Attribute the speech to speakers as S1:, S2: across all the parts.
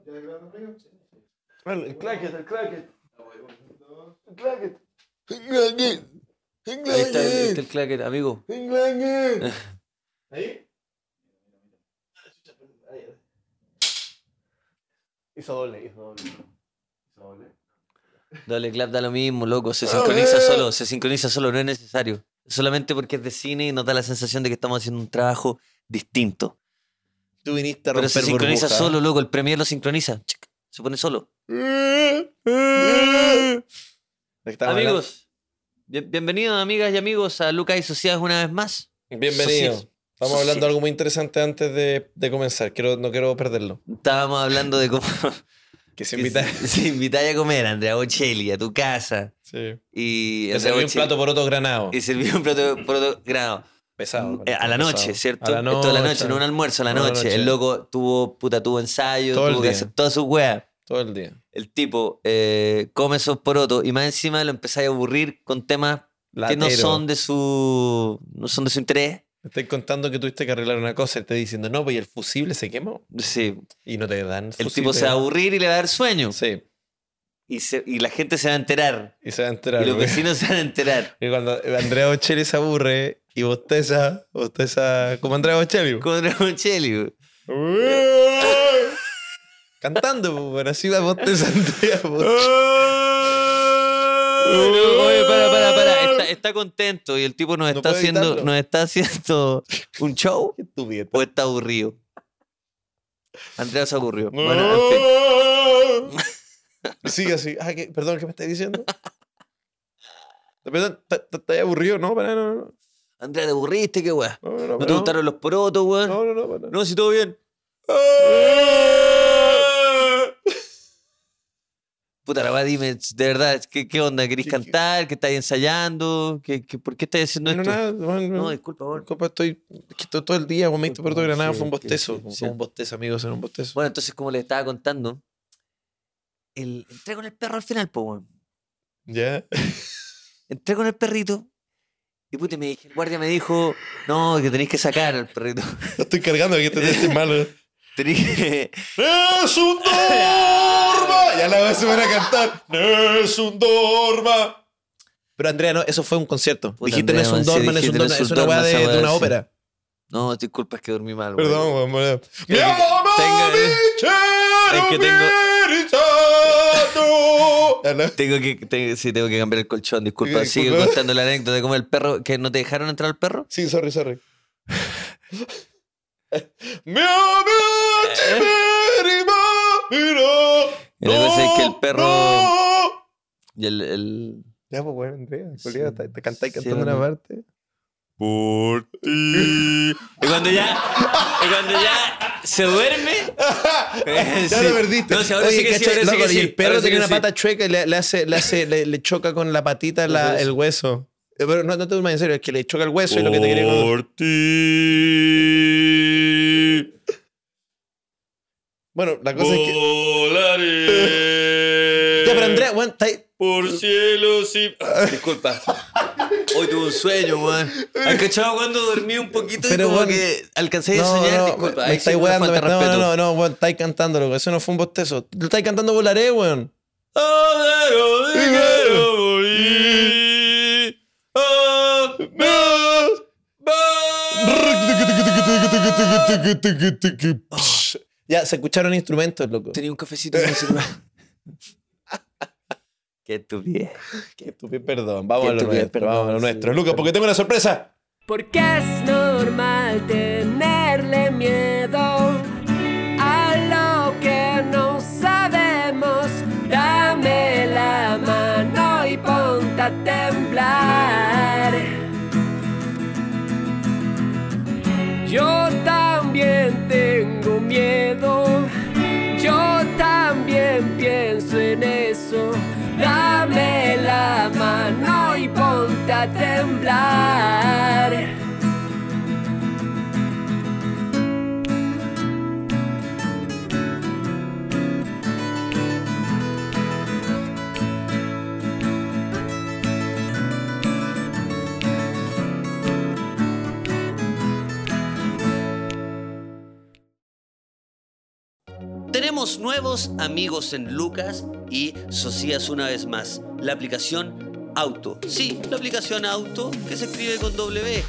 S1: grabando frío?
S2: El, el claquet, el claquet.
S1: Dos.
S2: El claquet.
S3: Ahí está, ahí está el claquet, amigo.
S1: ¿Ahí?
S2: Hizo doble, hizo doble.
S3: Dale clap, da lo mismo, loco. Se sincroniza solo, se sincroniza solo, no es necesario. Solamente porque es de cine y nos da la sensación de que estamos haciendo un trabajo distinto.
S4: Tú viniste a
S3: Pero
S4: romper
S3: se sincroniza
S4: burbujas.
S3: solo, loco. El Premiere lo sincroniza. Chic, Se pone solo.
S4: Estamos hablando-
S3: amigos, bien- bienvenidos, amigas y amigos, a Lucas y Sociedades una vez más.
S4: Bienvenido.
S3: Socias.
S4: Estamos hablando
S3: Socias.
S4: de algo muy interesante antes de, de comenzar. Quiero, no quiero perderlo.
S3: Estábamos hablando de cómo.
S4: Que se invita.
S3: que se- se invitáis a comer, Andrea Bocelli, a tu casa.
S4: Sí.
S3: Y
S4: Te
S3: Andrea
S4: serví un
S3: Bocelli-
S4: plato por otro granado.
S3: Y serví un plato por otro grado.
S4: Pesado.
S3: Eh, A la noche,
S4: pesado.
S3: ¿cierto?
S4: A la noche.
S3: Esto a la noche, no un almuerzo, a la
S4: No, a la
S3: noche.
S4: noche.
S3: El loco tuvo, puta, tuvo ensayo,
S4: Todo el
S3: tuvo que
S4: día.
S3: hacer todas sus weas.
S4: Todo el día.
S3: El tipo eh, come esos porotos y más encima lo empezáis a aburrir con temas que no
S4: Latero.
S3: son de su no son de su interés.
S4: Me Estoy contando que tuviste que arreglar una cosa y te diciendo, no, pues ¿y el fusible se quemó.
S3: Sí,
S4: Y no te dan
S3: el
S4: fusible.
S3: tipo se va a aburrir y le va a dar sueño.
S4: Sí.
S3: Y, se- y la gente se va a enterar.
S4: Y se va a enterar.
S3: y los
S4: güey.
S3: vecinos se van a enterar.
S4: Y cuando Andrea Bocelli se aburre y bosteza, bosteza como Andrea Bocelli.
S3: Con Andrea Bocelli. güey.
S4: Cantando, pues, bueno, así va bosteza Andrea Bocelli.
S3: No, oye, para, para, para. Está, está contento y el tipo nos
S4: No
S3: está
S4: puedo
S3: haciendo,
S4: evitarlo.
S3: nos está haciendo un show.
S4: Qué estúpido.
S3: ¿O está aburrido? Andrea se aburrió.
S4: No.
S3: Bueno, en fin.
S4: Sigue así. Ah, ¿qué? Perdón, ¿qué me estás diciendo? Perdón, ¿te- te- ¿estás aburrido? No, para, no, no.
S3: Andrea, te aburriste, qué weá.
S4: No, no,
S3: ¿No
S4: no.
S3: te gustaron los porotos, weón?
S4: No, no, no. para.
S3: No, si todo bien. Puta, la weá, dime, de verdad, ¿qué, qué onda? ¿Querís
S4: Sí,
S3: cantar? ¿Qué estáis ensayando? ¿Qué, qué, por qué estáis haciendo
S4: No, no,
S3: esto?
S4: nada, bueno,
S3: No,
S4: no.
S3: disculpa, weón.
S4: Compa, estoy es que estoy todo el día, güey, me hice
S3: Disculpa,
S4: Puerto Granada,
S3: sí,
S4: fue un
S3: es que
S4: bostezo.
S3: sí,
S4: Fue
S3: sí.
S4: un bostezo, amigos, era un bostezo.
S3: Bueno, entonces, como les estaba contando, el, entré con el perro al final, po, weón.
S4: ¿Ya?
S3: Entré con el perrito y puta, me dije, el guardia me dijo, no, que tenéis que sacar al perrito.
S4: Lo estoy cargando, que este este es malo.
S3: Tenéis que...
S4: ¡Es un dorma! Ya la vez se van a cantar. ¡Es un dorma! Pero Andrea, no, eso fue un concierto.
S3: Puta,
S4: dijiste
S3: Andrea,
S4: no es un
S3: sí,
S4: dorma, no es
S3: dijiste,
S4: un
S3: no es
S4: dorma. Es
S3: un
S4: una
S3: dorma,
S4: weá de,
S3: esa
S4: de
S3: weá,
S4: una
S3: sí.
S4: ópera.
S3: No, disculpa, es que dormí mal, weón.
S4: Perdón, weón. weón.
S3: que- tenga- es que tengo- Tengo que, te- sí, tengo que cambiar el colchón, disculpa.
S4: Sí,
S3: Sigue
S4: Eh, disculpa.
S3: contando la anécdota de cómo el perro, que no te dejaron entrar al perro.
S4: Sí, sorry, sorry.
S3: Y la cosa es que el perro y el... el-
S4: Ya, pues, bueno, Andrea,
S3: Sí.
S4: colega, te, te cantáis
S3: Sí,
S4: cantando
S3: bueno.
S4: una parte. Por ti.
S3: Y cuando ya, y cuando ya se duerme... eh,
S4: Ya
S3: sí.
S4: lo perdiste.
S3: No, sí, ahora sí que sí,
S4: cacha,
S3: ahora sí
S4: loco,
S3: que
S4: y
S3: sí.
S4: el perro
S3: ahora sí
S4: tenía
S3: que
S4: una
S3: sí.
S4: pata chueca y le, le hace, le, hace- le- le choca con la patita la-
S3: hueso.
S4: el hueso. Eh, Pero no, no te durmas en serio, es que le choca el hueso y lo que te quería contar. Bueno, la cosa es que. Ya, pero Andrea, bueno, está ahí.
S3: Por cielos y... Disculpa. Hoy tuve un sueño, weón. ¿Has cachado cuando dormí un poquito y
S4: Pero,
S3: como
S4: weón,
S3: que alcancé a
S4: No,
S3: soñar?
S4: no,
S3: disculpa.
S4: me,
S3: ahí
S4: me
S3: sí
S4: estáis
S3: una
S4: weando.
S3: falta
S4: me-
S3: de
S4: No,
S3: respeto.
S4: no, no, bueno, estáis cantando, loco. Eso no fue un bostezo. Lo estáis cantando volaré, weón.
S3: Ahora no quiero morir. Ah, va.
S4: Ya, se escucharon instrumentos, loco.
S3: Tenía un cafecito en el celular. Qué estupidez.
S4: Qué estúpido, perdón. Vamos a lo
S3: estúpido,
S4: nuestro,
S3: perdón,
S4: vamos a lo
S3: sí,
S4: nuestro. Lucas, porque tengo una sorpresa.
S5: Porque es normal tenerle miedo a lo que no sabemos. Dame la mano y ponte a temblar. Yo también tengo miedo. Yo también pienso en eso. Dame la mano y ponte a temblar.
S3: Tenemos nuevos amigos en Lucas y Socias una vez más. La aplicación Auto. Sí, la aplicación Auto que se escribe con W.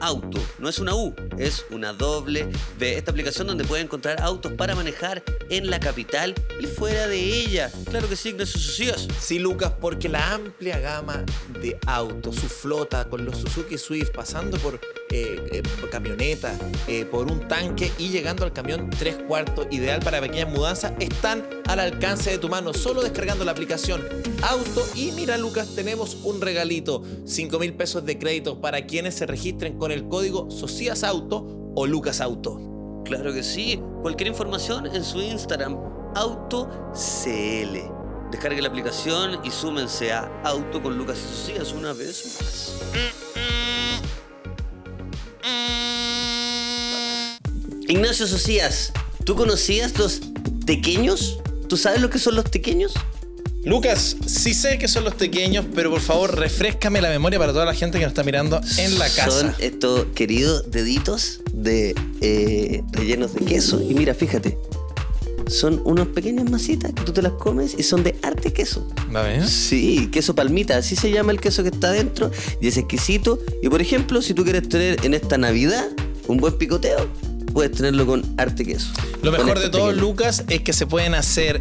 S3: Auto, no es una U, es una doble B. Esta aplicación donde puede encontrar autos para manejar en la capital y fuera de ella. Claro que sí, Ignacio Socias.
S4: Sí, Lucas, porque la amplia gama de autos, su flota con los Suzuki Swift, pasando por, eh, eh, por camionetas, eh, por un tanque y llegando al camión tres cuartos, ideal para pequeñas mudanzas, están al alcance de tu mano, solo descargando la aplicación Auto. Y mira, Lucas, tenemos un regalito: 5 mil pesos de crédito para quienes se registren con el código Socias Auto o Lucas Auto.
S3: Claro que sí. Cualquier información en su Instagram, AutoCL. Descargue la aplicación y súmense a Auto con Lucas y Socias una vez más. Ignacio Socias, ¿tú conocías los pequeños? ¿Tú sabes lo que son los pequeños?
S6: Lucas, sí sé que son los pequeños, pero por favor, refrescame la memoria para toda la gente que nos está mirando en la casa.
S3: Son estos queridos deditos de eh, rellenos de queso. Y mira, fíjate. Son unas pequeñas masitas que tú te las comes y son de arte queso.
S6: ¿Va bien?
S3: Sí, queso palmita, así se llama el queso que está adentro y es exquisito. Y por ejemplo, si tú quieres tener en esta Navidad un buen picoteo, puedes tenerlo con arte queso.
S6: Lo
S3: Con
S6: mejor
S3: este
S6: de todo,
S3: pequeño.
S6: Lucas, es que se pueden hacer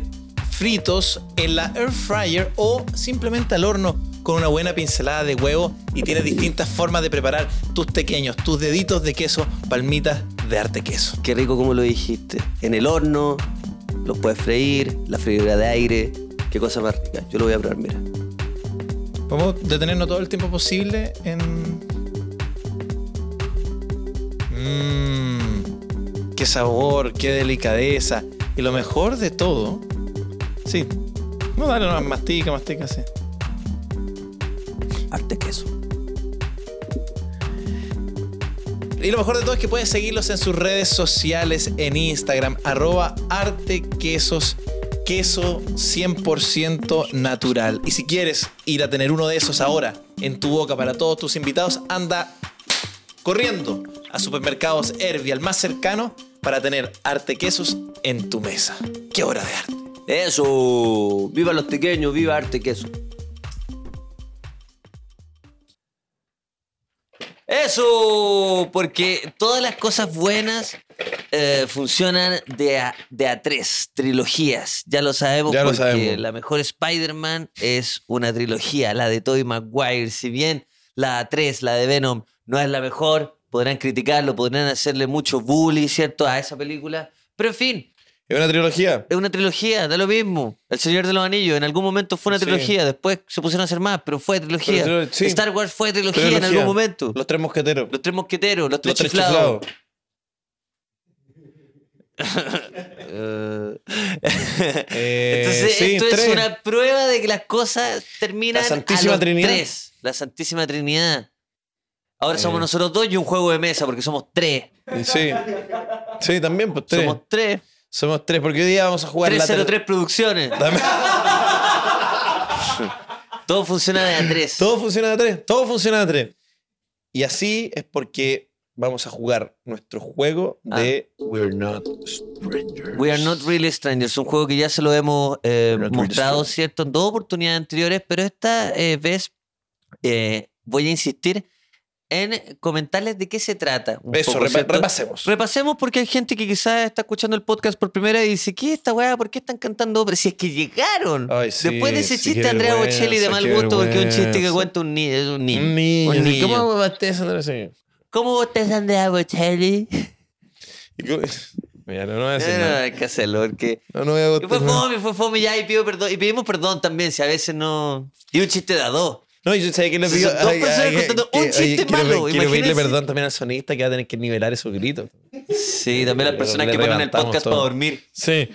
S6: fritos en la air fryer o simplemente al horno con una buena pincelada de huevo y tienes distintas formas de preparar tus pequeños, tus deditos de queso, palmitas de arte queso.
S3: Qué rico como lo dijiste. En el horno, los puedes freír, la freidora de aire. Qué cosa más rica. Yo lo voy a probar, mira.
S6: Vamos a detenernos todo el tiempo posible en... Mmm, qué sabor, qué delicadeza. Y lo mejor de todo... Sí. No, dale una mastica, mastica, sí.
S3: Arte queso.
S6: Y lo mejor de todo es que puedes seguirlos en sus redes sociales en Instagram, arroba artequesos, queso 100% natural. Y si quieres ir a tener uno de esos ahora en tu boca para todos tus invitados, anda corriendo a supermercados Herbi, al más cercano, para tener artequesos en tu mesa. ¡Qué hora de arte!
S3: Eso. Viva los pequeños, viva arte queso. Eso, porque todas las cosas buenas eh, funcionan de a, de a tres, trilogías. Ya lo sabemos
S6: Ya lo
S3: porque
S6: sabemos.
S3: la mejor Spider-Man es una trilogía, la de Tobey Maguire. Si bien la A3, la de Venom, no es la mejor, podrán criticarlo, podrán hacerle mucho bullying, ¿cierto? A esa película. Pero en fin,
S6: Es una trilogía.
S3: es una trilogía, da lo mismo. El Señor de los Anillos, en algún momento fue una
S6: Sí.
S3: trilogía, después se pusieron a hacer más, pero fue trilogía.
S6: Pero trilo- sí.
S3: Star Wars fue trilogía, en algún momento. Los,
S6: Los tres mosqueteros.
S3: tres mosqueteros, los tres,
S6: Los tres
S3: chiflados.
S6: chiflados.
S3: Eh,
S6: Eh,
S3: Entonces,
S6: sí,
S3: esto
S6: tres.
S3: es una prueba de que las cosas terminan
S6: La Santísima
S3: a los
S6: Trinidad.
S3: tres. La Santísima Trinidad. Ahora
S6: Eh.
S3: somos nosotros dos y un juego de mesa, porque somos tres.
S6: Sí. Sí, también, pues tres.
S3: Somos tres.
S6: Somos tres, porque hoy día vamos a jugar la ter-
S3: 303 Producciones. Todo funciona de a tres.
S6: Todo funciona de a tres. Todo funciona de a tres. Y así es porque vamos a jugar nuestro juego
S3: Ah.
S6: de We're Not Strangers.
S3: We Are Not Really Strangers, un juego que ya se lo hemos eh,
S6: Not Really
S3: mostrado,
S6: Strangers.
S3: ¿cierto? En dos oportunidades anteriores, pero esta eh, vez eh, voy a insistir en comentarles de qué se trata. un
S6: Eso,
S3: poco,
S6: repa-
S3: ¿cierto?
S6: repasemos.
S3: Repasemos porque hay gente que quizás está escuchando el podcast por primera vez y dice, ¿qué es esta weá? ¿Por qué están cantando ópera? Si es que llegaron.
S6: Ay, Ah, sí,
S3: Después de ese
S6: sí,
S3: chiste
S6: qué
S3: de Andrea Bocelli de
S6: vergüenza,
S3: mal
S6: qué
S3: gusto, porque es un chiste que
S6: vergüenza.
S3: cuenta un, ni- es un niño.
S6: Un niño.
S3: Un niño.
S6: ¿Cómo mataste a Sandra Señor?
S3: ¿Cómo votaste Andrea Bocelli?
S6: ¿Y cómo- Mira, no, no voy
S3: No,
S6: a decir
S3: no,
S6: nada.
S3: hay que hacerlo, porque
S6: No, no voy a
S3: Y
S6: votar
S3: fue
S6: nada.
S3: fome, fue fome ya y pido perdón. Y pedimos perdón también, si a veces no. Y un chiste de a dos.
S6: No, y yo sabía que le
S3: Si
S6: pido.
S3: son dos
S6: ay, ay,
S3: personas
S6: que-
S3: contando
S6: que-
S3: un
S6: oye,
S3: chiste
S6: quiero-
S3: malo,
S6: Quiero pedirle
S3: imagínense.
S6: perdón también al sonista que va a tener que nivelar esos gritos.
S3: Sí, también las
S6: Eh, Le-
S3: personas
S6: le
S3: que ponen el
S6: levantamos
S3: podcast
S6: todo.
S3: para dormir.
S6: Sí.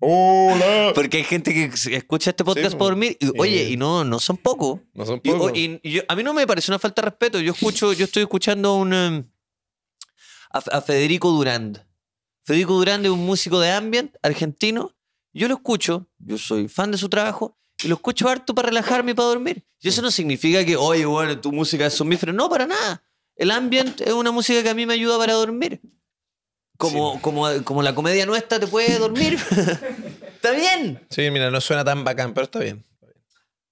S6: Hola.
S3: Porque hay gente que s- escucha este podcast
S6: Sí, Eh.
S3: para dormir. Y,
S6: sí.
S3: oye, y no, no son pocos.
S6: No son
S3: Y,
S6: pocos.
S3: y- y yo- a mí no me parece una falta de respeto. Yo escucho, yo estoy escuchando a un, em, a, a Federico Durand. Federico Durand es un músico de ambient argentino. Yo lo escucho, yo soy fan de su trabajo y lo escucho harto para relajarme y para dormir. Y eso no significa que, oye, bueno, tu música es somnífera. No, para nada. El ambient es una música que a mí me ayuda para dormir. Como, como, como la comedia nuestra te puede dormir. está bien.
S4: Sí, mira, no suena tan bacán, pero está bien.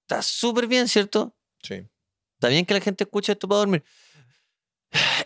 S3: Está súper bien, ¿cierto?
S4: Sí.
S3: Está bien que la gente escuche esto para dormir.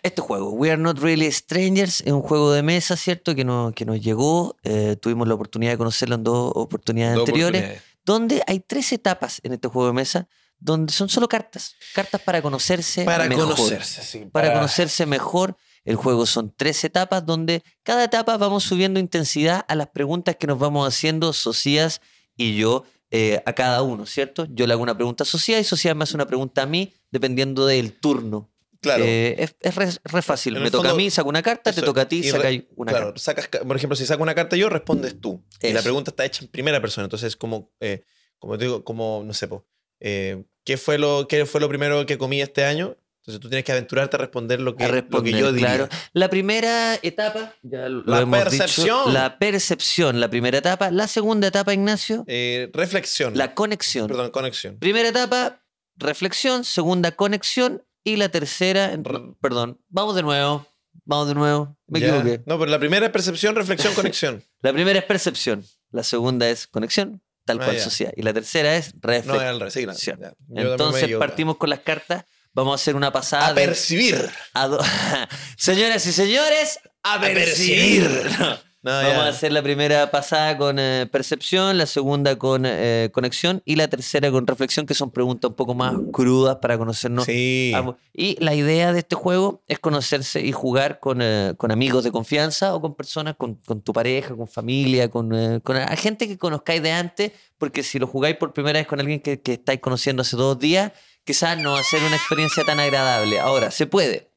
S3: Este juego, We Are Not Really Strangers, es un juego de mesa, ¿cierto? Que, no, que nos llegó. eh, tuvimos la oportunidad de conocerlo en dos oportunidades
S4: Dos
S3: anteriores.
S4: oportunidades.
S3: donde hay tres etapas en este juego de mesa, donde son solo cartas. Cartas para conocerse
S4: Para
S3: mejor.
S4: conocerse, sí.
S3: Para conocerse mejor. El juego son tres etapas donde cada etapa vamos subiendo intensidad a las preguntas que nos vamos haciendo Socias y yo eh, a cada uno, ¿cierto? Yo le hago una pregunta a Socias y Socias me hace una pregunta a mí dependiendo del turno.
S4: Claro.
S3: Eh, es es re, re fácil.
S4: En el
S3: Me toca
S4: fondo,
S3: a mí, saco una carta, te
S4: Eso,
S3: toca a ti,
S4: y re-
S3: saca una
S4: claro,
S3: carta.
S4: sacas ca- por ejemplo, si saco una carta yo, respondes tú. Y la
S3: Eso.
S4: pregunta está hecha en primera persona. Entonces, como, eh, como te digo, como, no sé, po, eh, ¿qué, fue lo, ¿qué fue lo primero que comí este año? Entonces tú tienes que aventurarte a responder lo que,
S3: a
S4: lo que
S3: responder,
S4: yo diría.
S3: claro. La primera etapa, ya lo
S4: La
S3: hemos dicho,
S4: percepción.
S3: la percepción, la primera etapa. La segunda etapa, Ignacio,
S4: Eh, reflexión.
S3: la conexión.
S4: Perdón, conexión.
S3: Primera etapa, reflexión. Segunda, conexión. Y la tercera, en-
S4: Re-
S3: perdón, vamos de nuevo, vamos de nuevo. Me
S4: Mm. Ya.
S3: equivoqué.
S4: No, pero la primera es percepción, reflexión, conexión.
S3: La primera es percepción. La segunda es conexión, tal
S4: Ah,
S3: cual
S4: ya.
S3: sociedad. Y la tercera es
S4: no, era
S3: reflexión.
S4: al revés. Sí, claro,
S3: Sí.
S4: ya. Yo también me
S3: Entonces
S4: equivoco.
S3: partimos con las cartas. Vamos a hacer una pasada
S4: a
S3: de-
S4: percibir.
S3: a do- Señoras y señores, a percibir. No.
S4: No,
S3: Vamos
S4: Ah, ya.
S3: a hacer la primera pasada con eh, percepción, la segunda con eh, conexión y la tercera con reflexión, que son preguntas un poco más crudas para conocernos.
S4: Sí.
S3: ambos. Ah, Y la idea de este juego es conocerse y jugar con, eh, con amigos de confianza o con personas, con, con tu pareja, con familia, con, eh, con a a gente que conozcáis de antes, porque si lo jugáis por primera vez con alguien que, que estáis conociendo hace dos días, quizás no va a ser una experiencia tan agradable. Ahora, se puede,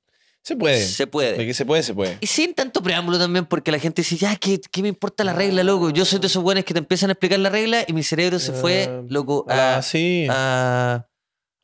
S4: Se puede.
S3: se puede.
S4: De que se puede, se puede.
S3: Y sin tanto preámbulo también, porque la gente dice, ya, ¿qué, qué me importa la regla, loco? Yo soy de esos buenos que te empiezan a explicar la regla y mi cerebro se fue,
S4: Ah,
S3: loco,
S4: Ah,
S3: a...
S4: sí.
S3: a-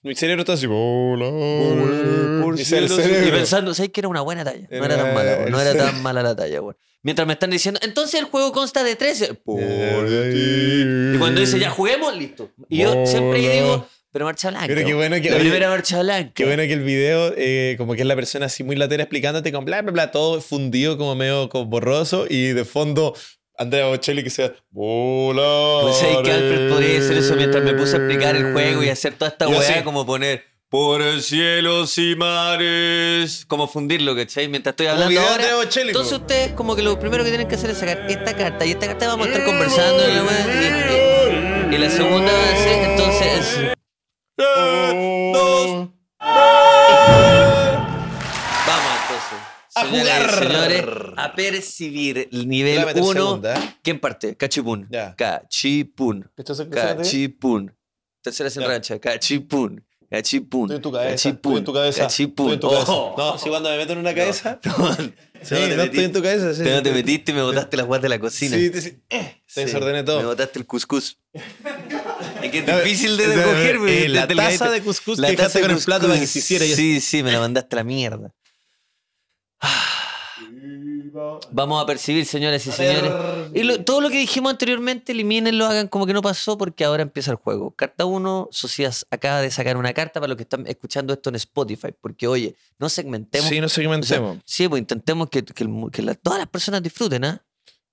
S4: Mi cerebro está así. "Hola, hola".
S7: por
S4: Dice el
S7: cielo, sí.
S4: cerebro.
S3: y pensando, ¿sabes que era una buena talla? No era tan mala, weón, no era tan mala la talla, weón. Mientras me están diciendo, entonces el juego consta de 13. Por ti. Y cuando dice, ya juguemos, listo. Y yo
S4: Hola.
S3: siempre ahí digo, pero marcha blanca.
S4: Pero qué
S3: weón.
S4: bueno que-
S3: La
S4: oye,
S3: primera marcha blanca.
S4: Qué bueno que el video, eh, como que es la persona así muy latera explicándote con bla, bla, bla, todo fundido, como medio como borroso, y de fondo Andrea Bocelli que sea. Volar.
S3: Pues sabes que Alfred podría hacer eso mientras me puse a explicar el juego y hacer toda esta
S4: Yo
S3: weá,
S4: sí.
S3: como poner por el cielo y mares. Como fundirlo, ¿cachai? Mientras estoy hablando
S4: video de
S3: ahora.
S4: Andrea Bocelli,
S3: Entonces
S4: po.
S3: ustedes como que lo primero que tienen que hacer es sacar esta carta. Y esta carta vamos a estar conversando y la weá. Y, y- y la segunda va a ser entonces. Eh,
S4: Dos.
S3: Vamos entonces.
S4: A
S3: Señoras y
S4: jugar.
S3: Señores, a percibir el
S4: Voy a
S3: nivel
S4: meter
S3: 1.
S4: segunda.
S3: ¿Quién parte? Cachipún.
S4: Ya.
S3: Cachipún.
S7: ¿Esto se
S3: Cachipún. Tercera sin
S4: Ya.
S3: racha. Cachipún. Cachipún.
S7: Estoy en tu cabeza,
S3: Cachipún.
S7: estoy en tu cabeza,
S3: Cachipún.
S7: estoy
S3: Oh.
S7: en tu cabeza.
S3: Ojo.
S4: No, si cuando me meto en una cabeza. Sí,
S3: no te
S4: no estoy en
S3: metiste.
S4: tu cabeza. sí,
S3: Te- eh, no te
S4: sí.
S3: metiste y me botaste las guas de la cocina.
S4: Sí, te, sí, eh, te
S3: Sí.
S4: desordené
S3: Me
S4: todo.
S3: botaste el cuscús. Es que es
S4: No,
S3: difícil de
S4: no, no,
S3: recoger,
S4: eh,
S3: güey.
S4: la
S3: Te- te-
S4: taza de cuscús que dejaste
S3: de
S4: con el plato para que se
S3: cuscús.
S4: hiciera y-
S3: Sí, sí, me la mandaste a la mierda. Vamos a percibir, señores y señores. Y lo- todo lo que dijimos anteriormente, elimínenlo, hagan como que no pasó, porque ahora empieza el juego. Carta 1, Socias acaba de sacar una carta para los que están escuchando esto en Spotify, porque oye, no segmentemos.
S4: Sí, no segmentemos.
S3: Sí, pues intentemos que, que el mu- que la- todas las personas disfruten, ¿ah?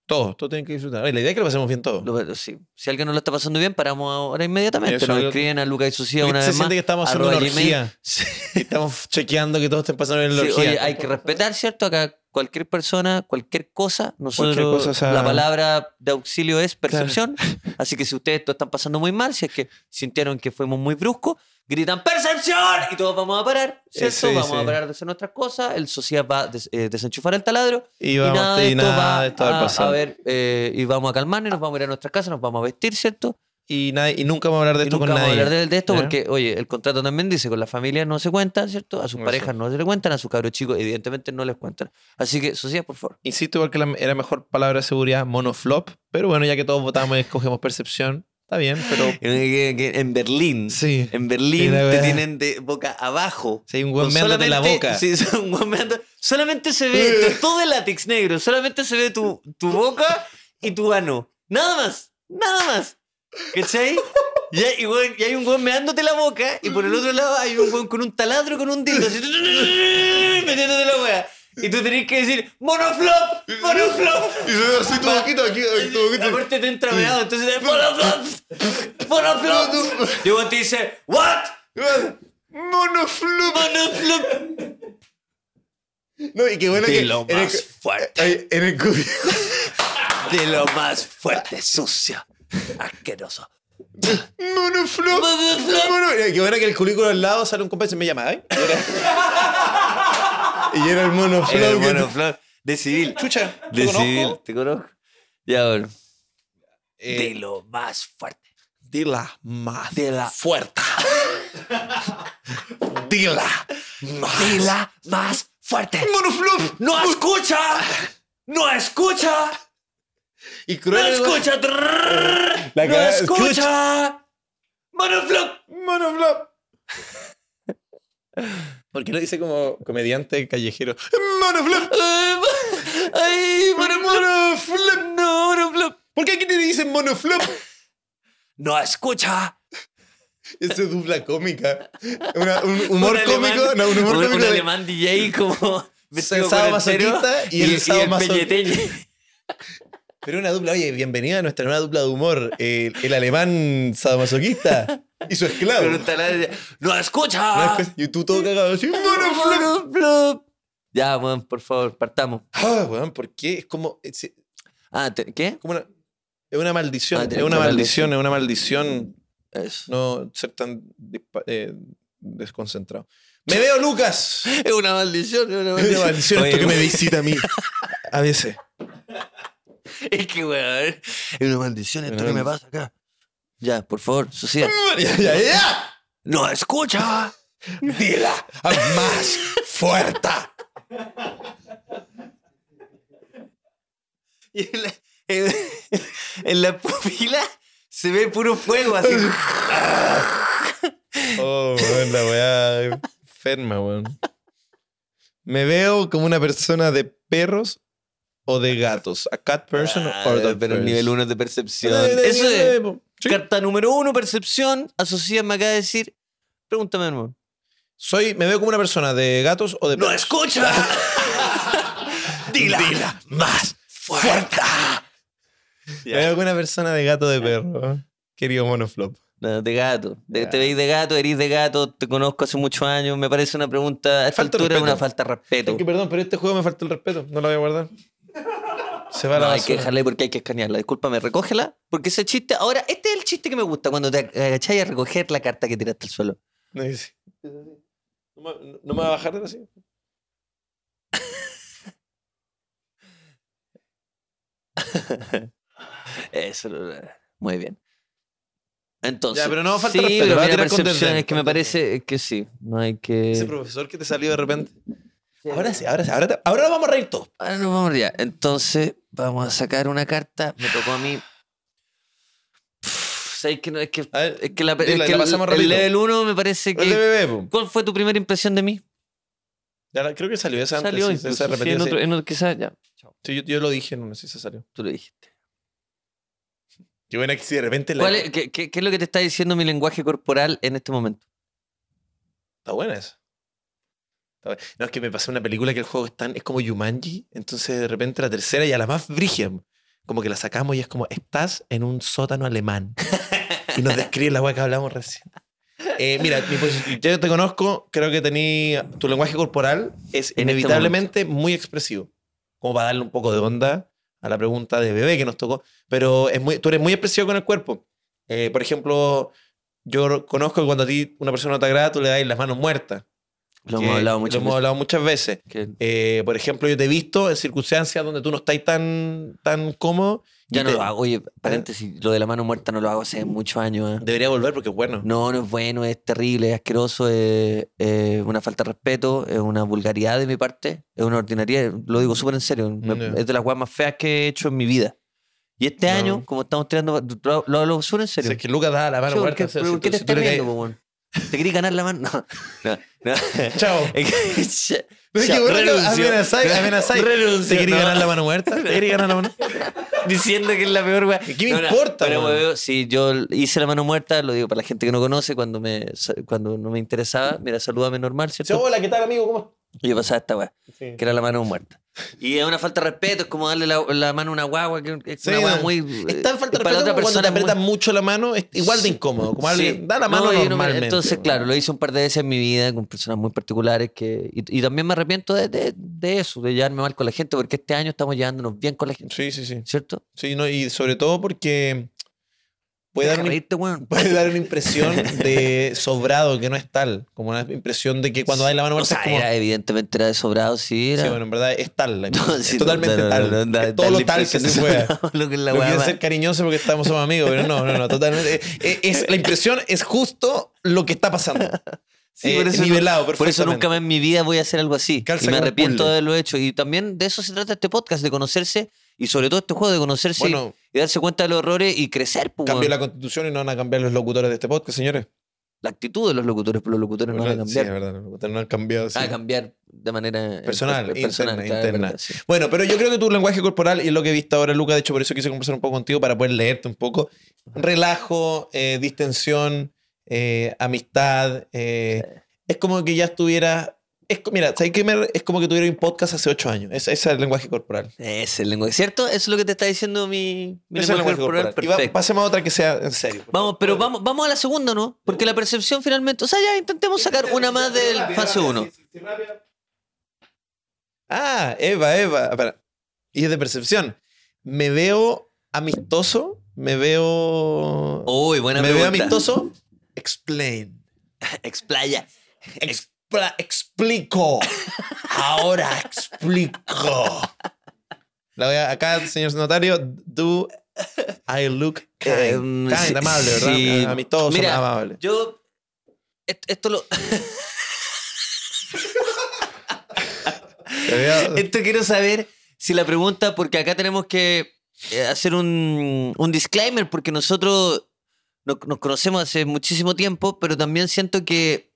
S4: Todo, todo tiene que disfrutar. Oye, La idea es que lo pasemos bien todo.
S3: Lo- lo- sí. Si alguien no lo está pasando bien, paramos ahora inmediatamente.
S4: Eso,
S3: Nos
S4: yo-
S3: escriben a Lucas y Sucia
S4: Se
S3: una vez
S4: siente
S3: más.
S4: que estamos haciendo
S3: arroba
S4: una
S3: gmail.
S4: orgía.
S3: Sí,
S4: Estamos chequeando que todos estén pasando en la
S3: sí,
S4: orgía.
S3: oye, hay que respetar, ¿cierto? Acá cualquier persona, cualquier cosa, nosotros,
S4: Cualquier cosa, o sea-
S3: la palabra de auxilio es percepción. Así que si ustedes lo están pasando muy mal, si es que sintieron que fuimos muy bruscos, gritan ¡Percepción! Y todos vamos a parar, ¿cierto?
S4: Eh, sí,
S3: vamos
S4: sí.
S3: a parar de hacer nuestras cosas, el sociedad va a des- eh, desenchufar el taladro
S4: Y vamos-
S3: nada de
S4: y
S3: esto
S4: nada
S3: va
S4: de esto va a
S3: a,
S4: pasar.
S3: a ver, eh, y vamos a calmarnos, nos vamos a ir a nuestras casas, nos vamos a vestir, ¿cierto?
S4: y, nadie- y nunca vamos a hablar de
S3: Y
S4: esto
S3: nunca
S4: con
S3: vamos a
S4: nadie.
S3: hablar de, de esto
S4: ¿Ya?
S3: porque, oye, el contrato también dice, con la familia no se cuenta, ¿cierto? A sus
S4: Eso.
S3: parejas no se le cuentan, a sus cabros chicos evidentemente no les cuentan. Así que, Socias, por favor.
S4: Insisto, igual que la- era mejor palabra de seguridad, monoflop. Pero bueno, ya que todos votamos y escogemos percepción, está bien, pero.
S3: Eh, que- que En Berlín,
S4: Sí.
S3: en Berlín
S4: Mira,
S3: te
S4: weá.
S3: tienen de boca abajo.
S4: Si hay un
S3: Con
S4: buen meándote en la
S3: solamente-
S4: boca.
S3: sí, son un buen meando- solamente se ve todo el látex negro, solamente se ve tu, tu boca y tu ano. Nada más, nada más. ¿Cachai? Y hay, y weón- y hay un weón meándote la boca y por el otro lado hay un weón con un taladro con un dildo así, metiéndote la wea. Y tú tenés que decir, monoflop, monoflop.
S8: Y se ve así tu boquita aquí, aquí, tu boquita.
S3: Aparte te entra meado, entonces es monoflop, monoflop. Y luego te dice, what?
S8: Monoflup.
S3: Monoflop.
S8: No, y qué bueno que.
S9: De lo
S8: en el-
S9: más fuerte.
S8: ay, en el cubi-
S9: De lo más fuerte, sucio, asqueroso.
S8: Monoflup.
S9: Monoflup.
S8: Mono- Ay, Qué bueno que el
S4: Currículo al lado sale un compa y se me llama, ¿eh?
S8: Y era el monoflup.
S3: Era el
S8: que-
S3: "Eh, monoflop. De civil.
S10: Chucha,
S3: De
S10: lo conozco.
S3: civil, te conozco. Ya, bueno.
S8: Eh,
S9: De lo más fuerte.
S4: Dila más. Dila. Fuerte. Dila.
S9: De la más fuerte.
S8: Monoflup.
S3: ¡No escucha! ¡No escucha!
S8: Y
S3: ¡No
S8: cruel.
S3: escucha! Trrr.
S8: La
S3: ¡No
S8: cara-
S3: escucha! ¡Monoflop!
S8: Monoflup.
S4: Porque no dice como comediante callejero.
S8: Monoflup.
S3: ¡Ay,
S8: Monoflup.
S3: No, monoflop!
S8: ¿Por qué aquí te dicen monoflup?
S3: ¡No escucha!
S8: Ese dupla cómica. Una- un humor
S3: Un alemán-
S8: cómico. no, un humor
S3: un,
S8: cómico.
S3: un
S8: de-
S3: alemán DJ como... vestido
S4: Sensado
S3: con entero
S4: masoquista y el sado masoquista.
S3: peñeteñe.
S4: Pero una dupla, oye, bienvenida a nuestra nueva
S8: Una dupla de humor. El, el alemán sadomasoquista y su esclavo.
S3: Pero Ah. un taladro decía, ¡No escucha!
S8: Una cosa- Y tú todo cagado así. Monoflup.
S3: Monoflop. Ya, weón, por favor, partamos.
S4: Ah, weón, ¿por qué? Es como. Es, es
S3: Ah, te- ¿qué?
S4: como una. Es una maldición.
S3: Ah,
S4: es
S3: tiene
S4: una
S3: una
S4: maldición, es una maldición
S3: Eso.
S4: no ser tan dispa- eh, desconcentrado. ¡Me veo, Lucas!
S3: Es una maldición, es una
S8: Es una
S3: maldición.
S8: maldición esto
S3: Oye,
S8: que me visita a mí.
S4: A veces.
S3: Es que, weón, es una maldición esto que me pasa acá. Ya, por favor, sucia.
S8: ya, ya, ya.
S3: ¡No escucha!
S8: Dila más fuerte.
S3: Y en la, en- en la pupila se ve puro fuego así.
S8: Oh, weón, la weá enferma, weón. Me veo como una persona de perros o de gatos. A cat person or dog
S3: Ah, pero el
S8: person. Eh,
S3: nivel 1 de percepción. Eso es. Carta número 1, percepción. Asocia me acaba de decir. Pregúntame, hermano.
S4: Soy, me veo como una persona de gatos o de
S9: ¡No
S4: perros.
S9: escucha! Dila, más fuerte.
S8: Me veo como una persona de gato de perro. ¿eh? Querido monoflop.
S3: No, de gato. De- te veis de gato, eres de gato, te conozco hace muchos años. Me parece una pregunta. A esta
S4: Falta de
S3: altura,
S4: respeto.
S3: una falta de respeto.
S4: Que perdón, pero este juego me falta el respeto. No lo voy a guardar. Se va a la
S3: No, hay que
S4: basura.
S3: dejarla ahí porque hay que escanearla. Discúlpame, recógela. Porque ese chiste. Ahora, este es el chiste que me gusta cuando te agacháis a recoger la carta que tiraste al suelo.
S4: No, dice- No me, no me va a bajar de así.
S3: Eso. Muy bien. Entonces.
S4: Ya, pero no, falta
S3: sí,
S4: respeto,
S3: pero
S4: va a
S3: mira,
S4: tirar con
S3: percepción,
S4: desdén,
S3: es que me
S4: con
S3: parece que sí. No hay
S4: Ese
S3: que.
S4: profesor que te salió de repente. Ahora sí, ahora sí, ahora, te- ahora nos vamos a reír todos.
S3: Ahora nos Ah, vamos ya. Entonces, vamos a sacar una carta. Me tocó a mí. Uf, ¿Sabes que no? Es que,
S4: A ver,
S3: es que, la, es
S4: dila,
S3: que
S4: la
S3: el-
S4: pasamos
S3: el,
S4: rapidito.
S3: level 1 me parece
S8: El de
S3: que.
S8: bebé, po.
S3: ¿Cuál fue tu primera impresión de mí?
S4: Ya la- creo que salió esa antes.
S3: Salió
S4: sí,
S3: incluso,
S4: se
S3: sí,
S4: repetía,
S3: en
S4: sí.
S3: otro, en otro- quizás ya.
S4: Sí, yo, yo lo dije en uno, sí se salió.
S3: Tú lo dijiste.
S4: Qué buena que si de repente la.
S3: ¿Cuál es- qué, qué- qué es lo que te está diciendo mi lenguaje corporal en este momento?
S4: Está buena esa. Está buena. No, es que me pasé una película que el juego es tan. Es como Yumanji. Entonces de repente la tercera y a la más brígida. Como que la sacamos y es como, estás en un sótano alemán. y nos describe la weá que hablamos recién. Eh, mira, mi posi- yo te conozco, creo que tení. Tu lenguaje corporal es
S3: este
S4: inevitablemente muy expresivo. Como para darle un poco de onda a la pregunta de bebé que nos tocó. Pero es muy, tú eres muy expresivo con el cuerpo. Eh, por ejemplo, yo conozco que cuando a ti una persona no te agrada, tú le das las manos muertas.
S3: Lo
S4: que
S3: hemos hablado mucho.
S4: Lo hemos hablado muchas veces. Eh, por ejemplo, yo te he visto en circunstancias donde tú no estás tan, tan cómodo. y
S3: Ya no
S4: te- eh.
S3: lo hago. Oye, paréntesis, lo de la mano muerta no lo hago hace muchos años. ¿eh?
S4: Debería volver porque es bueno.
S3: No, no es bueno, es terrible, es asqueroso, es, es una falta de respeto, es una vulgaridad de mi parte, es una ordinariedad, lo digo súper en serio, me-
S4: Ya.
S3: es de las weas más feas que he hecho en mi vida. Y este
S4: No.
S3: año, como estamos tirando, lo, lo hablo súper en
S4: O sea,
S3: serio.
S4: es que Lucas da la mano
S3: Che, ¿por
S4: muerta.
S3: qué,
S4: o sea, si
S3: pero ¿por qué
S4: tú-
S3: te
S4: si tú
S3: estás
S4: le
S3: riendo,
S4: caes-
S3: po, weón? ¿Te querís ganar la mano? No, no, no.
S4: Chao.
S3: Es que-
S4: Pero es que
S3: ya,
S4: bueno, que
S3: renuncio.
S4: amenazáis, amenazáis. ¿Te queréis
S3: no.
S4: ganar la mano muerta? ¿Te queréis ganar la mano?
S3: diciendo que es la peor wea.
S4: ¿Qué me importa,
S3: Pero,
S4: weón?
S3: weón, si yo hice la mano muerta, lo digo para la gente que no conoce, cuando me cuando no me interesaba, mira, salúdame normal,
S4: Sí,
S3: ¿cierto?
S4: hola, ¿qué tal, amigo? ¿Cómo?
S3: Y yo pasaba esta weá,
S2: Sí.
S3: que era la mano muerta. Y es una falta de respeto, es como darle la, la mano a una guagua, que es
S4: Sí,
S3: una weá
S4: no.
S3: muy.
S4: Es tan falta de
S3: eh, para
S4: respeto
S3: otra
S4: como cuando te
S3: persona es muy-
S4: apretan mucho la mano, es igual de
S3: Sí.
S4: incómodo. Como
S3: Sí.
S4: alguien da la
S3: No,
S4: mano
S3: yo no me-
S4: normalmente.
S3: entonces,
S4: weón.
S3: claro, lo hice un par de veces en mi vida con personas muy particulares que, y, y también me arrepiento de, de- de eso, de llevarme mal con la gente, porque este año estamos llevándonos bien con la gente,
S4: Sí, sí, sí.
S3: ¿cierto?
S4: Sí, no, y sobre todo porque puede
S3: Deja
S4: dar, una,
S3: reírte, weón.
S4: puede dar una impresión de sobrado que no es tal. Como una impresión de que cuando da la mano
S3: O
S4: muerta es
S3: sea,
S4: como.
S3: era, evidentemente era de sobrado, sí, era.
S4: Sí, bueno, en verdad es tal. la
S3: No,
S4: impresión.
S3: sí,
S4: es totalmente
S3: no, no,
S4: tal.
S3: no, no,
S4: Es
S3: da-
S4: todo
S3: da
S4: lo
S3: la
S4: tal que
S3: impresión
S4: se
S3: de
S4: pueda.
S3: sobrado, lo que es la
S4: No
S3: weá
S4: quiero
S3: más-
S4: ser cariñoso porque estamos somos amigos, pero no, no, no, totalmente. Eh, eh, Es, la impresión es justo lo que está pasando.
S3: Sí,
S4: Eh,
S3: por eso
S4: nivelado,
S3: Por eso
S4: perfectamente.
S3: nunca más en mi vida voy a hacer algo así.
S4: Calza
S3: y me
S4: como un
S3: arrepiento
S4: puzzle.
S3: de lo hecho. Y también de eso se trata este podcast, de conocerse y sobre todo este juego, de conocerse y-
S4: Bueno.
S3: y, darse cuenta de los errores y crecer. pues,
S4: Cambió
S3: weón.
S4: la constitución y no van a cambiar los locutores de este podcast, señores.
S3: la actitud de los locutores, pero los locutores no van a
S4: Sí, es
S3: cambiar.
S4: verdad, los locutores no han cambiado. sí.
S3: Ah, cambiar de manera eh,
S4: Personal,
S3: per-
S4: interna,
S3: claro,
S4: interna.
S3: verdad, sí.
S4: Bueno, pero yo creo que tu lenguaje corporal y es lo que he visto ahora, Luca. De hecho, por eso quise conversar un poco contigo para poder leerte un poco. Relajo, eh, distensión, eh, amistad. eh, Es como que ya estuviera. Es, co- mira, ¿sabes qué? me- Es como que tuviera un podcast hace ocho años. Es- Ese es el lenguaje corporal.
S3: Es el lenguaje, ¿cierto? Eso es lo que te está diciendo mi, mi
S4: Ese es el
S3: lenguaje corporal.
S4: Y va-
S3: Perfecto.
S4: pasemos a otra que sea en serio. por
S3: Vamos, pero vamos, vamos a la segunda, ¿no? Porque la percepción finalmente. O sea, ya intentemos sacar una más del fase 1.
S4: Ah, Eva, Eva. Espera. Y es de percepción. Me veo amistoso. Me veo.
S3: Uy, buena
S4: me veo
S3: pregunta.
S4: amistoso. Explain.
S3: Explaya.
S4: Expla- explico. Ahora explico. La voy a- acá, señor notario, do I look kind?
S3: Em,
S4: Kind,
S3: sí,
S4: amable, ¿verdad?
S3: sí.
S4: Amistoso,
S3: Mira,
S4: amable.
S3: Yo. Esto, esto lo.
S4: Te veo-
S3: Esto quiero saber si la pregunta, porque acá tenemos que eh, hacer un, un disclaimer, porque nosotros nos, nos conocemos hace muchísimo tiempo, pero también siento que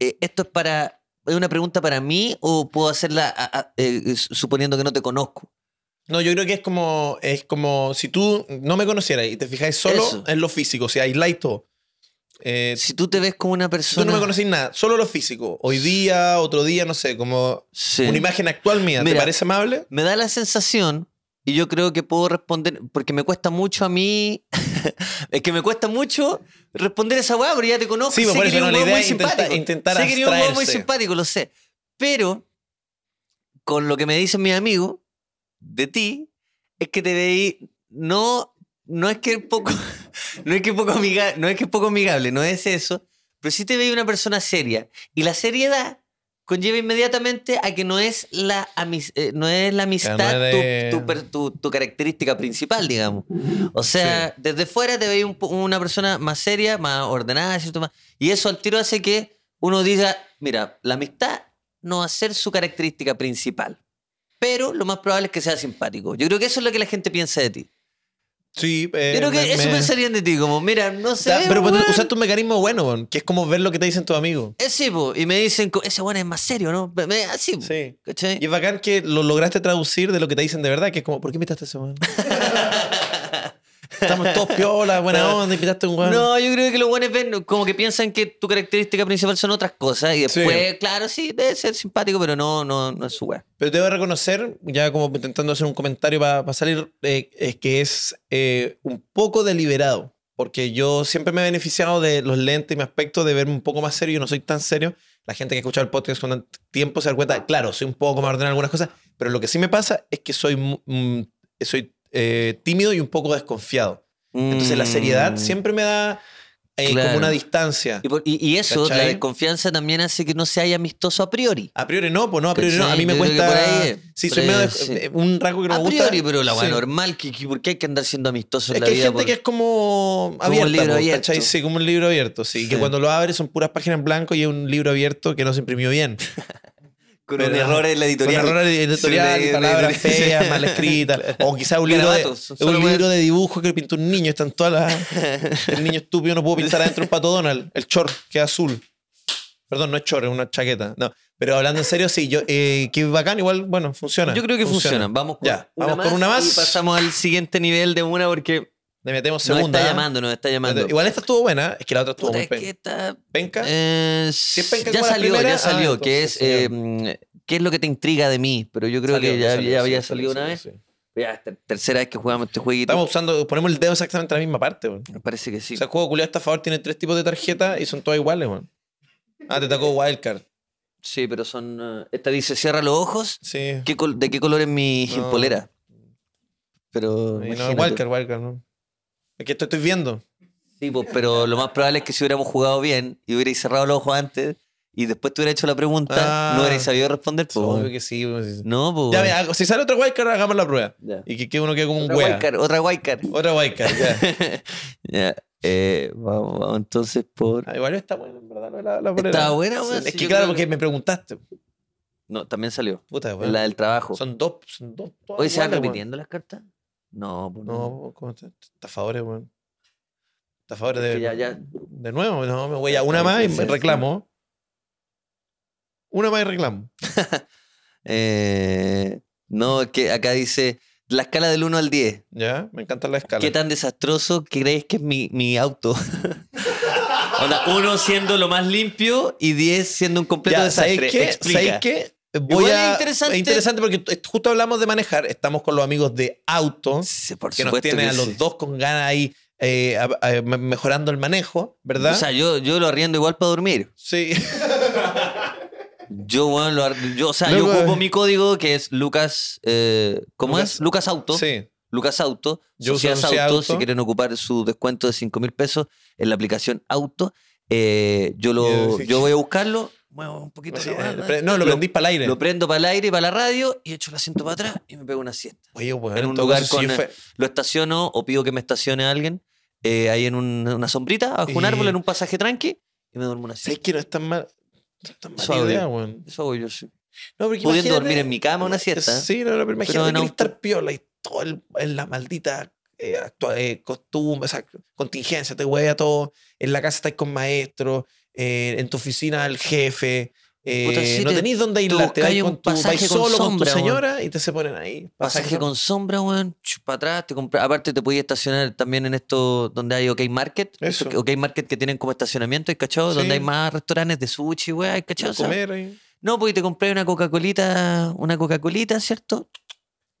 S3: eh, esto es para. ¿Es una pregunta para mí o puedo hacerla a- a- eh, suponiendo que no te conozco?
S4: No, yo creo que es como, es como si tú no me conocieras y te fijáis solo
S3: Eso.
S4: en lo físico, si aisláis todo. Eh,
S3: Si tú te ves como una
S4: si
S3: persona.
S4: tú no me conocís nada, solo lo físico. Hoy día, otro día, no sé, como
S3: Sí.
S4: una imagen actual mía. ¿Te
S3: Mira.
S4: parece amable?
S3: me da la sensación, y yo creo que puedo responder, porque me cuesta mucho a mí, es que me cuesta mucho responder esa weá, pero ya te conozco,
S4: Sí, pues
S3: sé
S4: por
S3: que
S4: eso,
S3: eres
S4: no,
S3: un
S4: la
S3: weón
S4: idea
S3: muy
S4: es intentar-
S3: simpático.
S4: intentar
S3: sé que eres un weón muy
S4: abstraerse.
S3: simpático, lo sé. Pero, con lo que me dicen mis amigos de ti, es que te veí, no, no es que poco, no es que poco amigable, no es que poco amigable, no es eso, pero sí te veí una persona seria. Y la seriedad conlleva inmediatamente a que no es la, amis- eh, no es la amistad
S4: no es
S3: tu-
S4: de-
S3: tu, per- tu- tu característica principal, digamos. O sea, desde fuera te veis un po- una persona más seria, más ordenada, ¿cierto? Más- y eso al tiro hace que uno diga, mira, la amistad no va a ser su característica principal. Pero lo más probable es que sea simpático. Yo creo que eso es lo que la gente piensa de ti.
S4: Sí. eh,
S3: Yo creo que
S4: me-
S3: eso
S4: me-
S3: pensarían de ti, como, mira, no sé.
S4: Da- pero pues,
S3: weón".
S4: usar tu mecanismo bueno, weón, que es como ver lo que te dicen tus amigos.
S3: Eh, sí, po, y me dicen, co- ese bueno es más serio, ¿no? Me- me- Así, po,
S4: Sí.
S3: ¿cachai?
S4: Y es bacán que lo lograste traducir de lo que te dicen de verdad, que es como, ¿por qué invitaste a ese weón? Estamos todos piola, buena onda, invitaste a un weón.
S3: No, yo creo que los buenos ven, como que piensan que tu característica principal son otras cosas. Y después, claro, sí, debe ser simpático, pero no, no, no es su weá.
S4: Pero te voy a reconocer, ya como intentando hacer un comentario para salir, eh, es que es eh, un poco deliberado. Porque yo siempre me he beneficiado de los lentes y mi aspecto de verme un poco más serio. Yo no soy tan serio. La gente que escucha el podcast con tanto tiempo se da cuenta, claro, soy un poco más ordenado en algunas cosas. Pero lo que sí me pasa es que soy, mu- mm, soy eh, tímido y un poco desconfiado. Entonces la seriedad
S3: Mm.
S4: siempre me da eh,
S3: Claro.
S4: como una distancia.
S3: Y, por- y- y eso, la
S4: ¿Cachai?
S3: desconfianza también hace que no se haya amistoso a priori.
S4: A priori no, pues no, a priori no. A
S3: ¿Cachai?
S4: mí me
S3: Yo creo que
S4: cuesta.
S3: por ahí es,
S4: sí,
S3: por
S4: soy
S3: ahí
S4: medio
S3: es, sí.
S4: eh, un rasgo que no
S3: A
S4: me gusta.
S3: priori, pero la weá
S4: Sí.
S3: normal, que, que- ¿por qué hay que andar siendo amistoso
S4: Es
S3: en
S4: que
S3: la
S4: hay
S3: vida?
S4: gente
S3: por-
S4: que es como abierta,
S3: libro
S4: po,
S3: abierto.
S4: ¿cachai? Sí, como un libro abierto, sí. Que
S3: Sí.
S4: cuando lo abres son puras páginas en blanco y es un libro abierto que no se imprimió bien.
S3: con
S4: pero-
S3: en la
S4: Con errores editorial,
S3: Sí, de- de-
S4: palabras
S3: de-
S4: feas, mal escritas. O quizás un libro, de,
S3: Garabatos, son solo
S4: un
S3: weas.
S4: libro de dibujo que pintó un niño. Están todas las... El niño estúpido no pudo pintar adentro un pato Donald. El short queda azul. Perdón, no es short, es una chaqueta. No. Pero hablando en serio, sí. Yo, eh, que bacán, igual, bueno, funciona.
S3: Yo creo que funcionan. Vamos, con,
S4: Ya, vamos con una más.
S3: Y pasamos al siguiente nivel de una porque
S4: Le metemos
S3: Nos
S4: segunda. ¿eh?
S3: está llamando, nos está llamando.
S4: Igual esta estuvo buena, es que la otra estuvo
S3: Puta,
S4: muy
S3: es que
S4: penca.
S3: está...
S4: penca.
S3: eh,
S4: es penca
S3: ya
S4: como la
S3: salió,
S4: primera,
S3: ya salió.
S4: ah,
S3: que es,
S4: entonces, ya.
S3: eh, mm, ¿Qué es lo que te intriga de mí? Pero yo creo
S4: Salió,
S3: que ya,
S4: salió,
S3: ya
S4: sí,
S3: había
S4: salió,
S3: salido una
S4: sí,
S3: vez.
S4: sí.
S3: Ya, ter- tercera vez que jugamos este jueguito.
S4: Estamos usando, ponemos el dedo exactamente en la misma parte, weón.
S3: Me Parece que sí.
S4: O sea, el juego culiado estafador tiene tres tipos de tarjetas y son todas iguales, weón. Ah, te tocó Wildcard.
S3: Sí, pero son... eh, esta dice, cierra los ojos.
S4: Sí.
S3: ¿Qué col- ¿De qué color es mi
S4: No.
S3: polera? Pero...
S4: Y no,
S3: imagínate.
S4: Wildcard, Wildcard, ¿no? Es que esto estoy viendo.
S3: Sí, pues, pero lo más probable es que si hubiéramos jugado bien y hubierais cerrado los ojos antes y después te hubiera hecho la pregunta,
S4: Ah.
S3: no hubierais sabido responder. Pues,
S4: Obvio
S3: bueno.
S4: que sí, weón. sí, sí.
S3: No, pues.
S4: Ya,
S3: bueno.
S4: mira, si sale otro Wildcard, hagamos la prueba.
S3: Ya.
S4: Y que, que uno quede como un
S3: Otra
S4: wea.
S3: wildcard, otra wildcard.
S4: Otra Wildcard, ya.
S3: Ya, eh, vamos, vamos entonces por.
S4: Ah, igual está bueno, en verdad, lo de la, la polera.
S3: Está buena,
S4: Sí,
S3: weón.
S4: Es
S3: sí,
S4: que
S3: yo
S4: claro,
S3: creo
S4: porque me preguntaste.
S3: No, también salió.
S4: Puta, weón.
S3: La del trabajo.
S4: Son dos, son dos. todas
S3: ¿Hoy se van
S4: iguales, weón.
S3: repitiendo las cartas? No, pues. No.
S4: No, ¿cómo está? Estafadores, weón. Estafadores
S3: Es
S4: de,
S3: que ya, ya.
S4: de nuevo. No, me
S3: Este,
S4: voy a una más y me reclamo. Una más y reclamo.
S3: Eh, no, es que acá dice la escala del 1 al 10.
S4: Ya, me encanta la escala.
S3: ¿Qué tan desastroso crees que es mi, mi auto? Onda, uno siendo lo más limpio y 10 siendo un completo
S4: Ya, ¿sabéis
S3: desastre.
S4: qué?
S3: Explica.
S4: ¿Sabéis qué? Voy
S3: Igual es
S4: a,
S3: interesante.
S4: es interesante porque t- justo hablamos de manejar. Estamos con los amigos de Auto,
S3: Sí, por
S4: que nos
S3: supuesto
S4: tienen
S3: que
S4: a
S3: sí.
S4: los dos con ganas ahí eh, a- a- me- mejorando el manejo, ¿verdad?
S3: O sea, yo, yo lo arriendo igual para dormir.
S4: sí.
S3: Yo, bueno, lo ar- yo, o sea,
S4: Loco,
S3: yo ocupo
S4: eh.
S3: mi código que es Lucas. eh, ¿Cómo
S4: Lucas-
S3: es? Lucas Auto.
S4: sí.
S3: Lucas Auto.
S4: Yo
S3: Yo
S4: uso
S3: Auto,
S4: Sociedad Auto.
S3: Si quieren ocupar su descuento de 5 mil pesos en la aplicación Auto, eh, yo, lo,
S4: Yeah.
S3: yo voy a buscarlo. Muevo un poquito
S4: Sí,
S3: la
S4: eh,
S3: mano.
S4: pre- No, lo prendís para el aire.
S3: Lo prendo para el aire y para la radio y echo el asiento para atrás y me pego una siesta.
S4: Oye, weón,
S3: en un
S4: todo
S3: lugar
S4: caso,
S3: con-
S4: yo fue-
S3: Lo estaciono o pido que me estacione alguien eh, ahí en un- una sombrita, bajo un
S4: Y-
S3: árbol, en un pasaje tranqui y me duermo una
S4: ¿Sabes
S3: siesta.
S4: que no es tan mal? No es tan mala
S3: Suave.
S4: idea, weón.
S3: Eso hago yo, sí.
S4: No, porque
S3: Pudiendo
S4: imagínate-
S3: dormir en mi cama una siesta. ¿eh?
S4: Sí, no, no, pero imagínate
S3: Pero en
S4: querer
S3: auto.
S4: estar piola y todo el- en la maldita eh, actua- eh, costumbre, o sea, contingencia, te huea todo. En la casa estás con maestros, eh, en tu oficina el jefe. eh,
S3: Puta, sí,
S4: no
S3: te-
S4: tenés dónde
S3: tú
S4: aislarte.
S3: buscáis
S4: Vas,
S3: un
S4: con tu, vas
S3: pasaje con
S4: solo
S3: sombra,
S4: con
S3: weón.
S4: tu señora y te se ponen ahí.
S3: Pasaje con sombra, weón, para atrás, te compra- Aparte, te podías estacionar también en esto donde hay OK Market.
S4: Eso.
S3: estos OK Market que tienen como estacionamiento, ¿hay ¿cachado?
S4: Sí.
S3: Donde hay más restaurantes de sushi, weón, ¿hay ¿cachado? O sea,
S4: comer ahí.
S3: no, pues y te compré una Coca-Colita, una Coca-Colita, ¿cierto?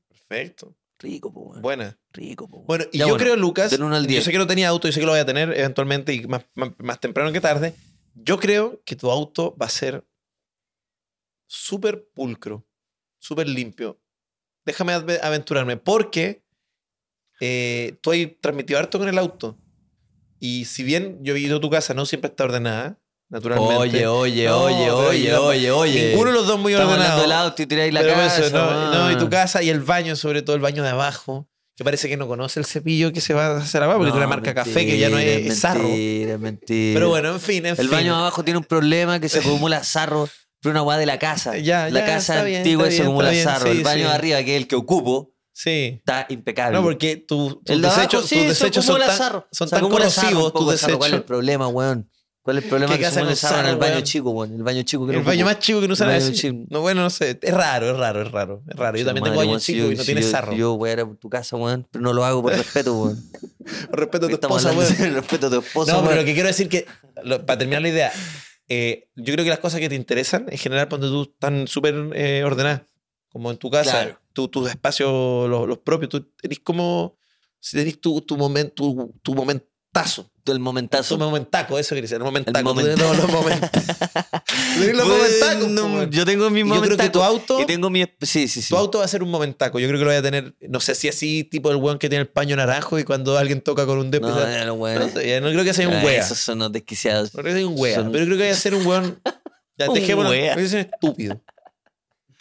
S4: Perfecto.
S3: Rico, pues, weón.
S4: Buena.
S3: Rico, pues. weón.
S4: Bueno, y
S3: Ya,
S4: yo
S3: bueno,
S4: creo, Lucas,
S3: del uno al
S4: yo
S3: diez.
S4: sé que no tenía auto, yo sé que lo voy a tener eventualmente y más, más, más temprano que tarde. Yo creo que tu auto va a ser súper pulcro, súper limpio. Déjame adve- aventurarme, porque eh, tú has transmitido harto con el auto. Y si bien yo he ido a tu casa, no siempre está ordenada, naturalmente.
S3: Oye, oye,
S4: No,
S3: oye,
S4: pero y
S3: oye,
S4: la-
S3: oye, oye.
S4: Ninguno de los dos muy
S3: Estamos
S4: ordenado.
S3: hablando del auto y tiráis la
S4: Pero
S3: casa.
S4: eso, no, no, y tu
S3: man.
S4: casa y el baño, sobre todo el baño de abajo, que parece que no conoce el cepillo que se va a hacer abajo, porque
S3: No,
S4: tiene una marca café que ya
S3: mentira,
S4: no es, es sarro.
S3: Mentira, mentira.
S4: Pero bueno, en fin, en
S3: El
S4: fin.
S3: baño abajo tiene un problema que se acumula sarro, pero una guada de la casa.
S4: Ya,
S3: la
S4: ya,
S3: casa
S4: está bien,
S3: antigua
S4: está
S3: se
S4: bien, está
S3: acumula
S4: bien,
S3: sarro.
S4: sí,
S3: el baño
S4: sí.
S3: de arriba, que es el que ocupo,
S4: Sí.
S3: está impecable.
S4: No, porque tu- tus
S3: el de abajo,
S4: desechos, tus
S3: sí, se
S4: desechos son
S3: acumula
S4: tan,
S3: sarro.
S4: son
S3: Se
S4: tan
S3: acumula sarro, un
S4: corrosivos,
S3: poco
S4: tus
S3: de sarro. ¿Cuál es el
S4: desechos.
S3: problema, weón? ¿Cuál es el problema
S4: ¿Qué
S3: que se
S4: casa
S3: acumula
S4: con
S3: sarro en el
S4: sarro,
S3: baño
S4: weón?
S3: chico, weón? El baño chico que
S4: El
S3: no
S4: baño
S3: ocupo.
S4: más chico que no usan
S3: Baño
S4: así.
S3: chico.
S4: No, bueno, no sé. Es raro, es raro, es raro. Es raro. Yo también tengo
S3: Madre,
S4: baño
S3: weón, si
S4: chico
S3: yo-
S4: y no
S3: si
S4: tiene
S3: yo-
S4: sarro.
S3: si Yo voy a ir a tu casa, weón, pero no lo hago por respeto, weón.
S4: Respeto a tu
S3: Estamos
S4: esposa,
S3: hablando
S4: weón.
S3: del respeto a tu esposa,
S4: No, pero
S3: weón.
S4: lo que quiero decir que, lo- para terminar la idea, eh, yo creo que las cosas que te interesan, en general, cuando tú están súper eh, ordenadas, como en tu casa,
S3: Claro.
S4: tu- tus espacios, los, los propios, tú eres como, si tenés tu, tu, momento tu, tu momentazo,
S3: El momentazo.
S4: tu momentaco, eso que dice, el momentaco,
S3: El
S4: tú
S3: momenta-
S4: tenés los, los momentos. Tú tenés los
S3: Bueno,
S4: momentacos,
S3: no,
S4: po, weón.
S3: yo tengo mi
S4: Y yo
S3: momentaco.
S4: creo que tu auto,
S3: Y tengo mi... esp- Sí, sí, sí.
S4: tu auto va a ser un momentaco. Yo creo que lo voy a tener, no sé si así, tipo el weón que tiene el paño naranjo y cuando alguien toca con un dedo,
S3: No,
S4: empieza-
S3: ya no,
S4: no,
S3: bueno.
S4: sé, no creo que sea un
S3: Ah,
S4: wea.
S3: Esos son los desquiciados.
S4: No creo que sea un wea,
S3: Son-
S4: pero creo que voy a ser un weón. Ya,
S3: Un
S4: dejémoslo.
S3: wea.
S4: Creo que es estúpido.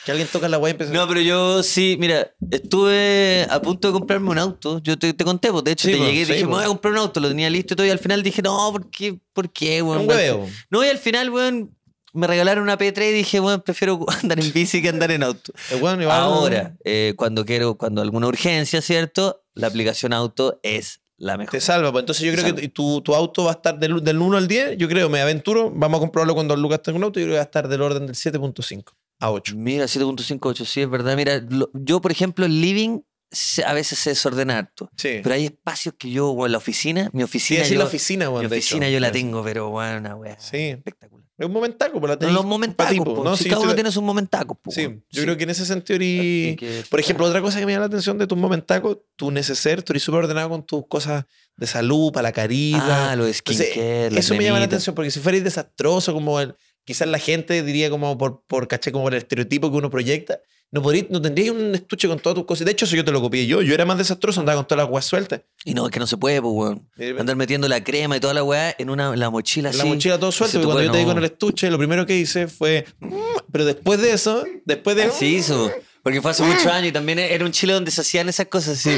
S4: Que alguien toca la wea y empieza
S3: No, pero yo sí, mira, estuve a punto de comprarme un auto. Yo te, te conté, pues de hecho
S4: Sí,
S3: te
S4: pues,
S3: llegué y
S4: sí,
S3: dije, me
S4: pues.
S3: voy a comprar un auto, lo tenía listo y todo. Y al final dije, no, ¿por qué? ¿Por qué, weón?
S4: un hueveo.
S3: No, y al final, weón, me regalaron una P3 y dije, weón, prefiero andar en bici que andar en auto.
S4: El weón y va a-
S3: Ahora, eh, cuando quiero, cuando alguna urgencia, ¿cierto? La aplicación auto es la mejor.
S4: Te salva, pues. Entonces yo
S3: Te
S4: creo que tu, tu auto va a estar del, del 1 al 10. Yo creo, me aventuro. Vamos a comprobarlo cuando Lucas tenga un auto. Yo creo que va a estar del orden del 7.5 a 8.
S3: Mira, 7.58, sí, es verdad. Mira, lo- yo, por ejemplo, el living se- a veces se desordena harto.
S4: Sí.
S3: Pero hay espacios que yo, weón, la oficina, mi
S4: Sí,
S3: oficina.
S4: así
S3: yo,
S4: la oficina, weón.
S3: mi
S4: de hecho.
S3: oficina yo la tengo, pero weón, una weá
S4: Sí.
S3: espectacular.
S4: Es un momentaco, pero la tenés
S3: Los
S4: pa'
S3: momentacos,
S4: ti, po.
S3: po.
S4: No,
S3: si
S4: sí,
S3: cada
S4: yo
S3: uno
S4: te-
S3: tiene sus momentacos, po,
S4: Sí,
S3: weón.
S4: yo
S3: Sí.
S4: creo que en ese sentido
S3: Así
S4: eres...
S3: que-
S4: Por ejemplo, otra cosa que me llama la atención de tus momentacos, tu neceser, tú eres súper ordenado con tus cosas de salud, para la caridad.
S3: Ah, lo de
S4: Entonces,
S3: skincare, la
S4: eso me llama la
S3: cremita.
S4: atención, porque si fuerais desastroso, como el- quizás la gente diría como por, por caché, como por el estereotipo que uno proyecta, no, podrí- no tendrías un estuche con todas tus cosas. De hecho, eso yo te lo copié yo. Yo era más desastroso, andaba con todas las aguas sueltas.
S3: Y no, es que no se puede, pues, weón.
S4: Eh,
S3: Andar metiendo la crema y toda la weá en una, la mochila
S4: La
S3: así.
S4: mochila todo
S3: Se
S4: suelto.
S3: te
S4: Y cuando
S3: puede-
S4: yo te digo en
S3: no.
S4: el estuche, lo primero que hice fue... "Mm", Pero después de eso, después de...
S3: Se hizo. Porque fue hace muchos años y también era un Chile donde se hacían esas cosas, sí.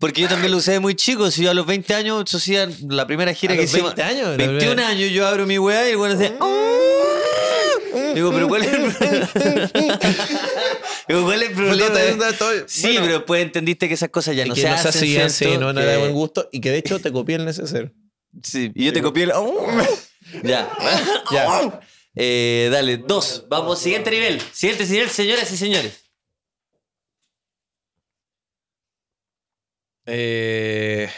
S3: Porque yo también lo usé de muy chico. Si yo a los 20 años, yo hacía la primera gira
S4: A
S3: que
S4: los
S3: hicimos.
S4: 20 años, la
S3: 21
S4: primera.
S3: años yo abro mi weá y el weón hace. "Ah". Digo, pero ¿cuál es el problema? Digo, ¿cuál es el problema? Sí,
S4: Bueno.
S3: pero después entendiste que esas cosas ya
S4: Y
S3: no
S4: que
S3: se
S4: no se
S3: hacen.
S4: hacían, sí,
S3: ¿cierto?
S4: no, no era de
S3: Que-
S4: buen gusto. Y que de hecho te copié el neceser.
S3: Sí, y yo te copié el. "Oh". ya. ya. Eh, dale, dos. Vamos, siguiente nivel. Siguiente nivel, señoras y señores.
S4: Eh,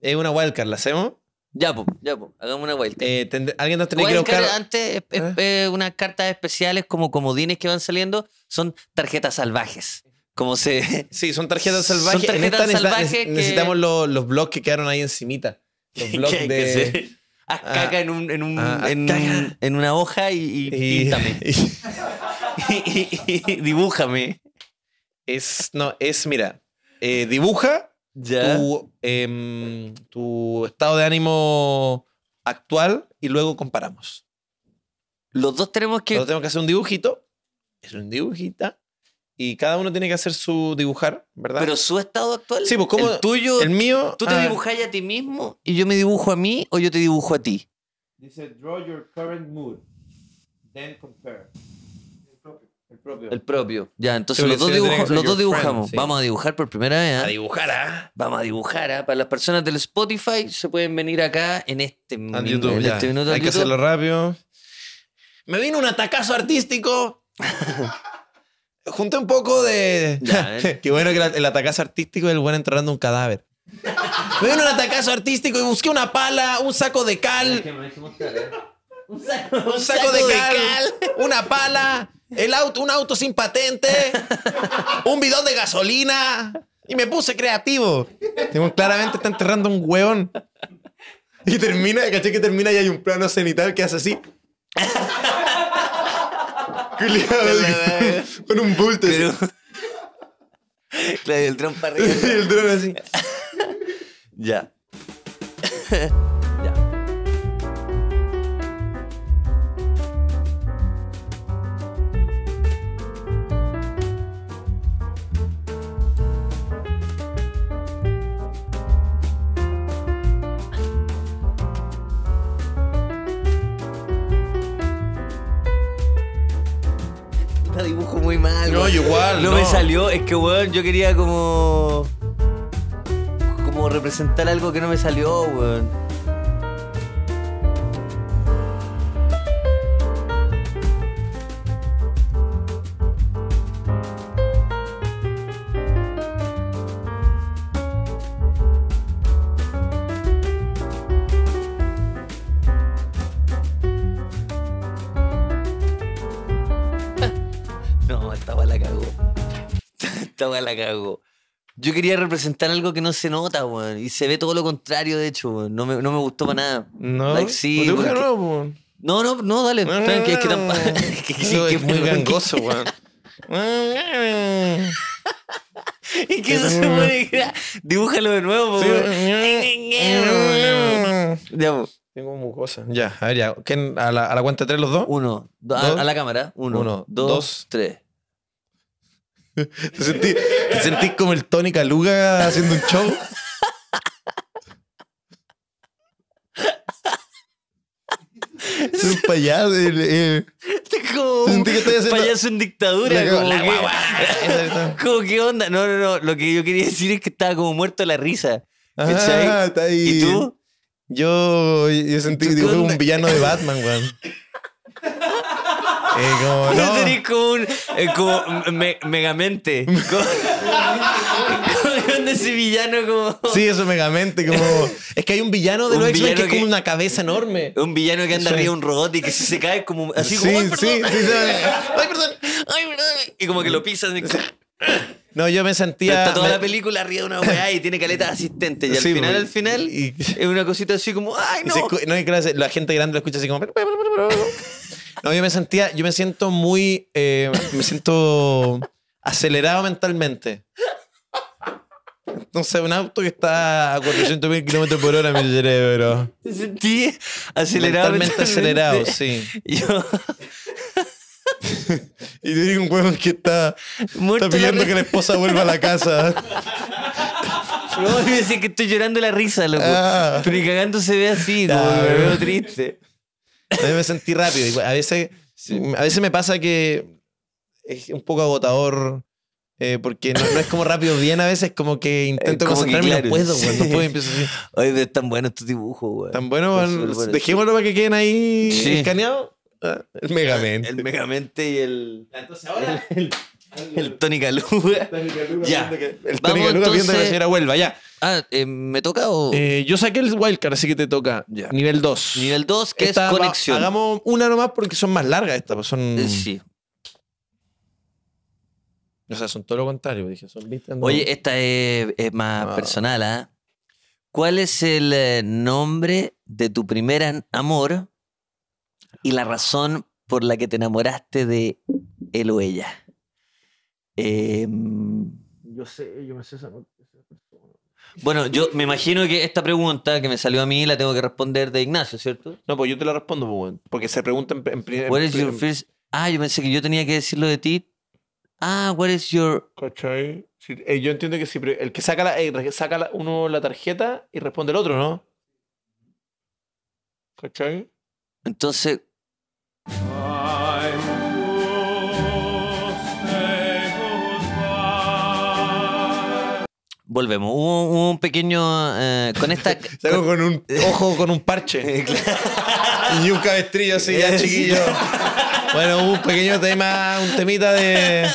S4: es una wildcard, ¿la hacemos?
S3: Ya, po, ya, po. Hagamos una vuelta.
S4: Eh, tendr- alguien nos tendría que ir a
S3: Wildcard
S4: buscar.
S3: antes, es- es- eh, unas cartas especiales como comodines que van saliendo son tarjetas salvajes. Como se.
S4: Sí, son tarjetas
S3: Son
S4: salvajes. En
S3: tarjetas
S4: esta necesita-
S3: salvajes
S4: neces-
S3: que-
S4: Necesitamos los, los blogs que quedaron ahí encimita. Los blogs
S3: que- que
S4: de...
S3: se- Haz caca en, un, en, un-
S4: ah, haz
S3: en,
S4: caca.
S3: en una hoja y, y
S4: y-
S3: píntame. Y- y- y dibújame.
S4: es, no, es, mira, eh, dibuja
S3: Ya.
S4: tu, em, tu estado de ánimo actual y luego comparamos.
S3: Los dos tenemos que.
S4: Nosotros tenemos que hacer un dibujito. Es un dibujita. Y cada uno tiene que hacer su dibujar, ¿verdad?
S3: Pero su estado actual.
S4: Sí, pues, ¿cómo-
S3: El tuyo.
S4: el mío.
S3: ¿Tú te
S4: ah,
S3: dibujas a ti mismo y yo me dibujo a mí o yo te dibujo a ti?
S2: Dice, draw your current mood, then compare. El propio.
S3: El propio. Ya, entonces
S4: Sí,
S3: los
S4: porque
S3: dos,
S4: si no tiene
S3: dibujo-
S4: que ser
S3: los dos
S4: your friend,
S3: dibujamos.
S4: sí.
S3: Vamos a dibujar por primera vez. ¿ah?
S4: A dibujar, ¿ah?
S3: Vamos a dibujar. ¿ah? Para las personas del Spotify se pueden venir acá en este,
S4: Al
S3: min-
S4: Ah, YouTube.
S3: en
S4: ya.
S3: este minuto. al
S4: Hay que
S3: YouTube.
S4: hacerlo rápido. Me vino un atacazo artístico. Junté un poco de.
S3: Ya, ¿eh?
S4: Qué bueno que la- el atacazo artístico es el buen enterrando un cadáver. Me vino un atacazo artístico y busqué una pala, un saco de cal. un saco, de, cal, una pala, el auto, un auto sin patente, un bidón de gasolina y me puse creativo. Tengo- claramente está enterrando un hueón. Y termina, caché que termina y hay un plano cenital que hace así. Culeado, con un bulto. así.
S3: Pero- Claro, el dron para arriba.
S4: Y el dron así.
S3: ya. La dibujo muy mal.
S4: No,
S3: weón.
S4: yo igual,
S3: No,
S4: no.
S3: me salió. Es que, weón, yo quería como. Como representar algo que no me salió, weón. No, esta weá la cagó. Esta weá la cagó. Yo quería representar algo que no se nota, weón. Y se ve todo lo contrario, de hecho, weón. No me, no me gustó para nada.
S4: No.
S3: Like, sí,
S4: dibuja
S3: porque-
S4: nuevo, po.
S3: No, no, no, dale.
S4: No, no,
S3: tranqui, es que
S4: no.
S3: tampoco. es que-
S4: Eso
S3: que-
S4: Ah. es muy gangoso, weón.
S3: Es que eso se puede. crear. Dibújalo de nuevo, po, weón. Ya, po.
S4: Tengo mucosa. Ya, a ver, ya. ¿Quién- a, la, a la cuenta de tres los dos?
S3: Uno, do-
S4: Dos.
S3: a, a la cámara. Uno,
S4: Uno,
S3: dos,
S4: dos.
S3: tres.
S4: ¿Te sentís, te sentís como el Tony Caluga haciendo un show? Es un payaso. eh, el- el-
S3: Es como un
S4: Sentí que estoy haciendo-
S3: payaso en dictadura.
S4: la-
S3: como
S4: la
S3: que-
S4: guagua.
S3: Como, ¿qué onda? No, no, no. Lo que yo quería decir es que estaba como muerto de la risa. ¿Cachai?
S4: Ah, está ahí.
S3: ¿Y tú?
S4: Yo, yo sentí que
S3: ¿Tú qué
S4: dibujé
S3: onda?
S4: un villano de Batman, weón. Eh, como,
S3: Tú
S4: no.
S3: tenés como un. eh, como me- eh, megamente. Como- ese villano como...
S4: Sí, eso megamente, como... Es que hay un villano de
S3: Un
S4: los X-Men que
S3: villano
S4: es como
S3: que-
S4: una cabeza enorme.
S3: Un villano que anda
S4: Sí.
S3: arriba de un robot y que si se cae como así
S4: Sí,
S3: como... "Ay,
S4: sí,
S3: perdón".
S4: sí, se ve.
S3: Ay, perdón. Ay, perdón. Y como que lo pisan. Y...
S4: No, yo me
S3: Pero
S4: sentía...
S3: está toda
S4: me-
S3: la película arriba de una weá y tiene caleta de asistente. Y al
S4: Sí,
S3: final,
S4: porque-
S3: al final,
S4: y-
S3: es una cosita así como, ¡ay,
S4: y
S3: no!
S4: se escu- no, y claro, se- la gente grande lo escucha así como... No, yo me sentía... Yo me siento muy... eh, me siento acelerado mentalmente. Entonces, un auto que está a 400.000 kilómetros por hora en mi cerebro.
S3: Me sentí acelerado.
S4: mentalmente acelerado, sí.
S3: Yo,
S4: Y te digo un huevón que está, está
S3: muerto la
S4: pidiendo
S3: risa.
S4: que la esposa vuelva a la casa.
S3: No, voy a decir que estoy llorando la risa, loco.
S4: Ah.
S3: Pero y cagando se ve así, como
S4: Ah,
S3: que me
S4: pero-
S3: veo triste.
S4: A mí me sentí rápido. igual. A veces, a veces me pasa que es un poco agotador. eh, porque no, no es como rápido bien a veces, Eh, como que intento
S3: como que
S4: concentrarme y
S3: claro,
S4: no puedo, weón, no
S3: sí.
S4: puedo, empiezo así.
S3: Ay, pero están buenos estos dibujos, weón.
S4: Tan bueno,
S3: Están
S4: weón,
S3: súper buenos.
S4: dejémoslo para que queden ahí
S3: Sí.
S4: escaneados. Ah, El Megaman.
S3: El Megamente y el,
S2: Entonces ahora.
S3: el Tony Kaluga. Ya.
S4: El Tony
S3: Vamos
S4: Galuga viendo a la
S3: entonces-
S4: señora Huelva, ya.
S3: Ah, eh, ¿me toca o...?
S4: Eh, yo saqué el wildcard, así que te toca. Nivel 2.
S3: Nivel 2, que es
S4: Esta va-
S3: conexión.
S4: hagamos una nomás porque son más largas estas. pues, Son,
S3: Eh, Sí.
S4: O sea, son todo lo contrario. Dije, son vistas. no.
S3: Oye, esta es, es más
S4: Ah.
S3: personal, ¿ah? ¿Cuál es el eh, nombre de tu primer an- amor y la razón por la que te enamoraste de él o ella? Eh,
S2: Yo sé, yo me sé esa
S3: bueno, yo me imagino que esta pregunta que me salió a mí la tengo que responder de Ignacio, ¿cierto?
S4: No, pues yo te la respondo, pues, weón, porque se pregunta en, en,
S2: Em,
S4: pri- en
S3: What is
S4: pri-
S3: your first... Ah, yo pensé que yo tenía que decirlo de ti. Ah, what is your...
S4: ¿Cachai? Sí, eh, yo entiendo que sí, pero el que saca, la, eh, re- saca la- uno la tarjeta y responde el otro, ¿no? ¿Cachai?
S3: Entonces, volvemos. Hubo, hubo un pequeño... eh, con esta... Eh,
S4: Saco con un ojo con un parche. y un cabestrillo así, ya chiquillo. bueno, hubo un pequeño tema, un temita de.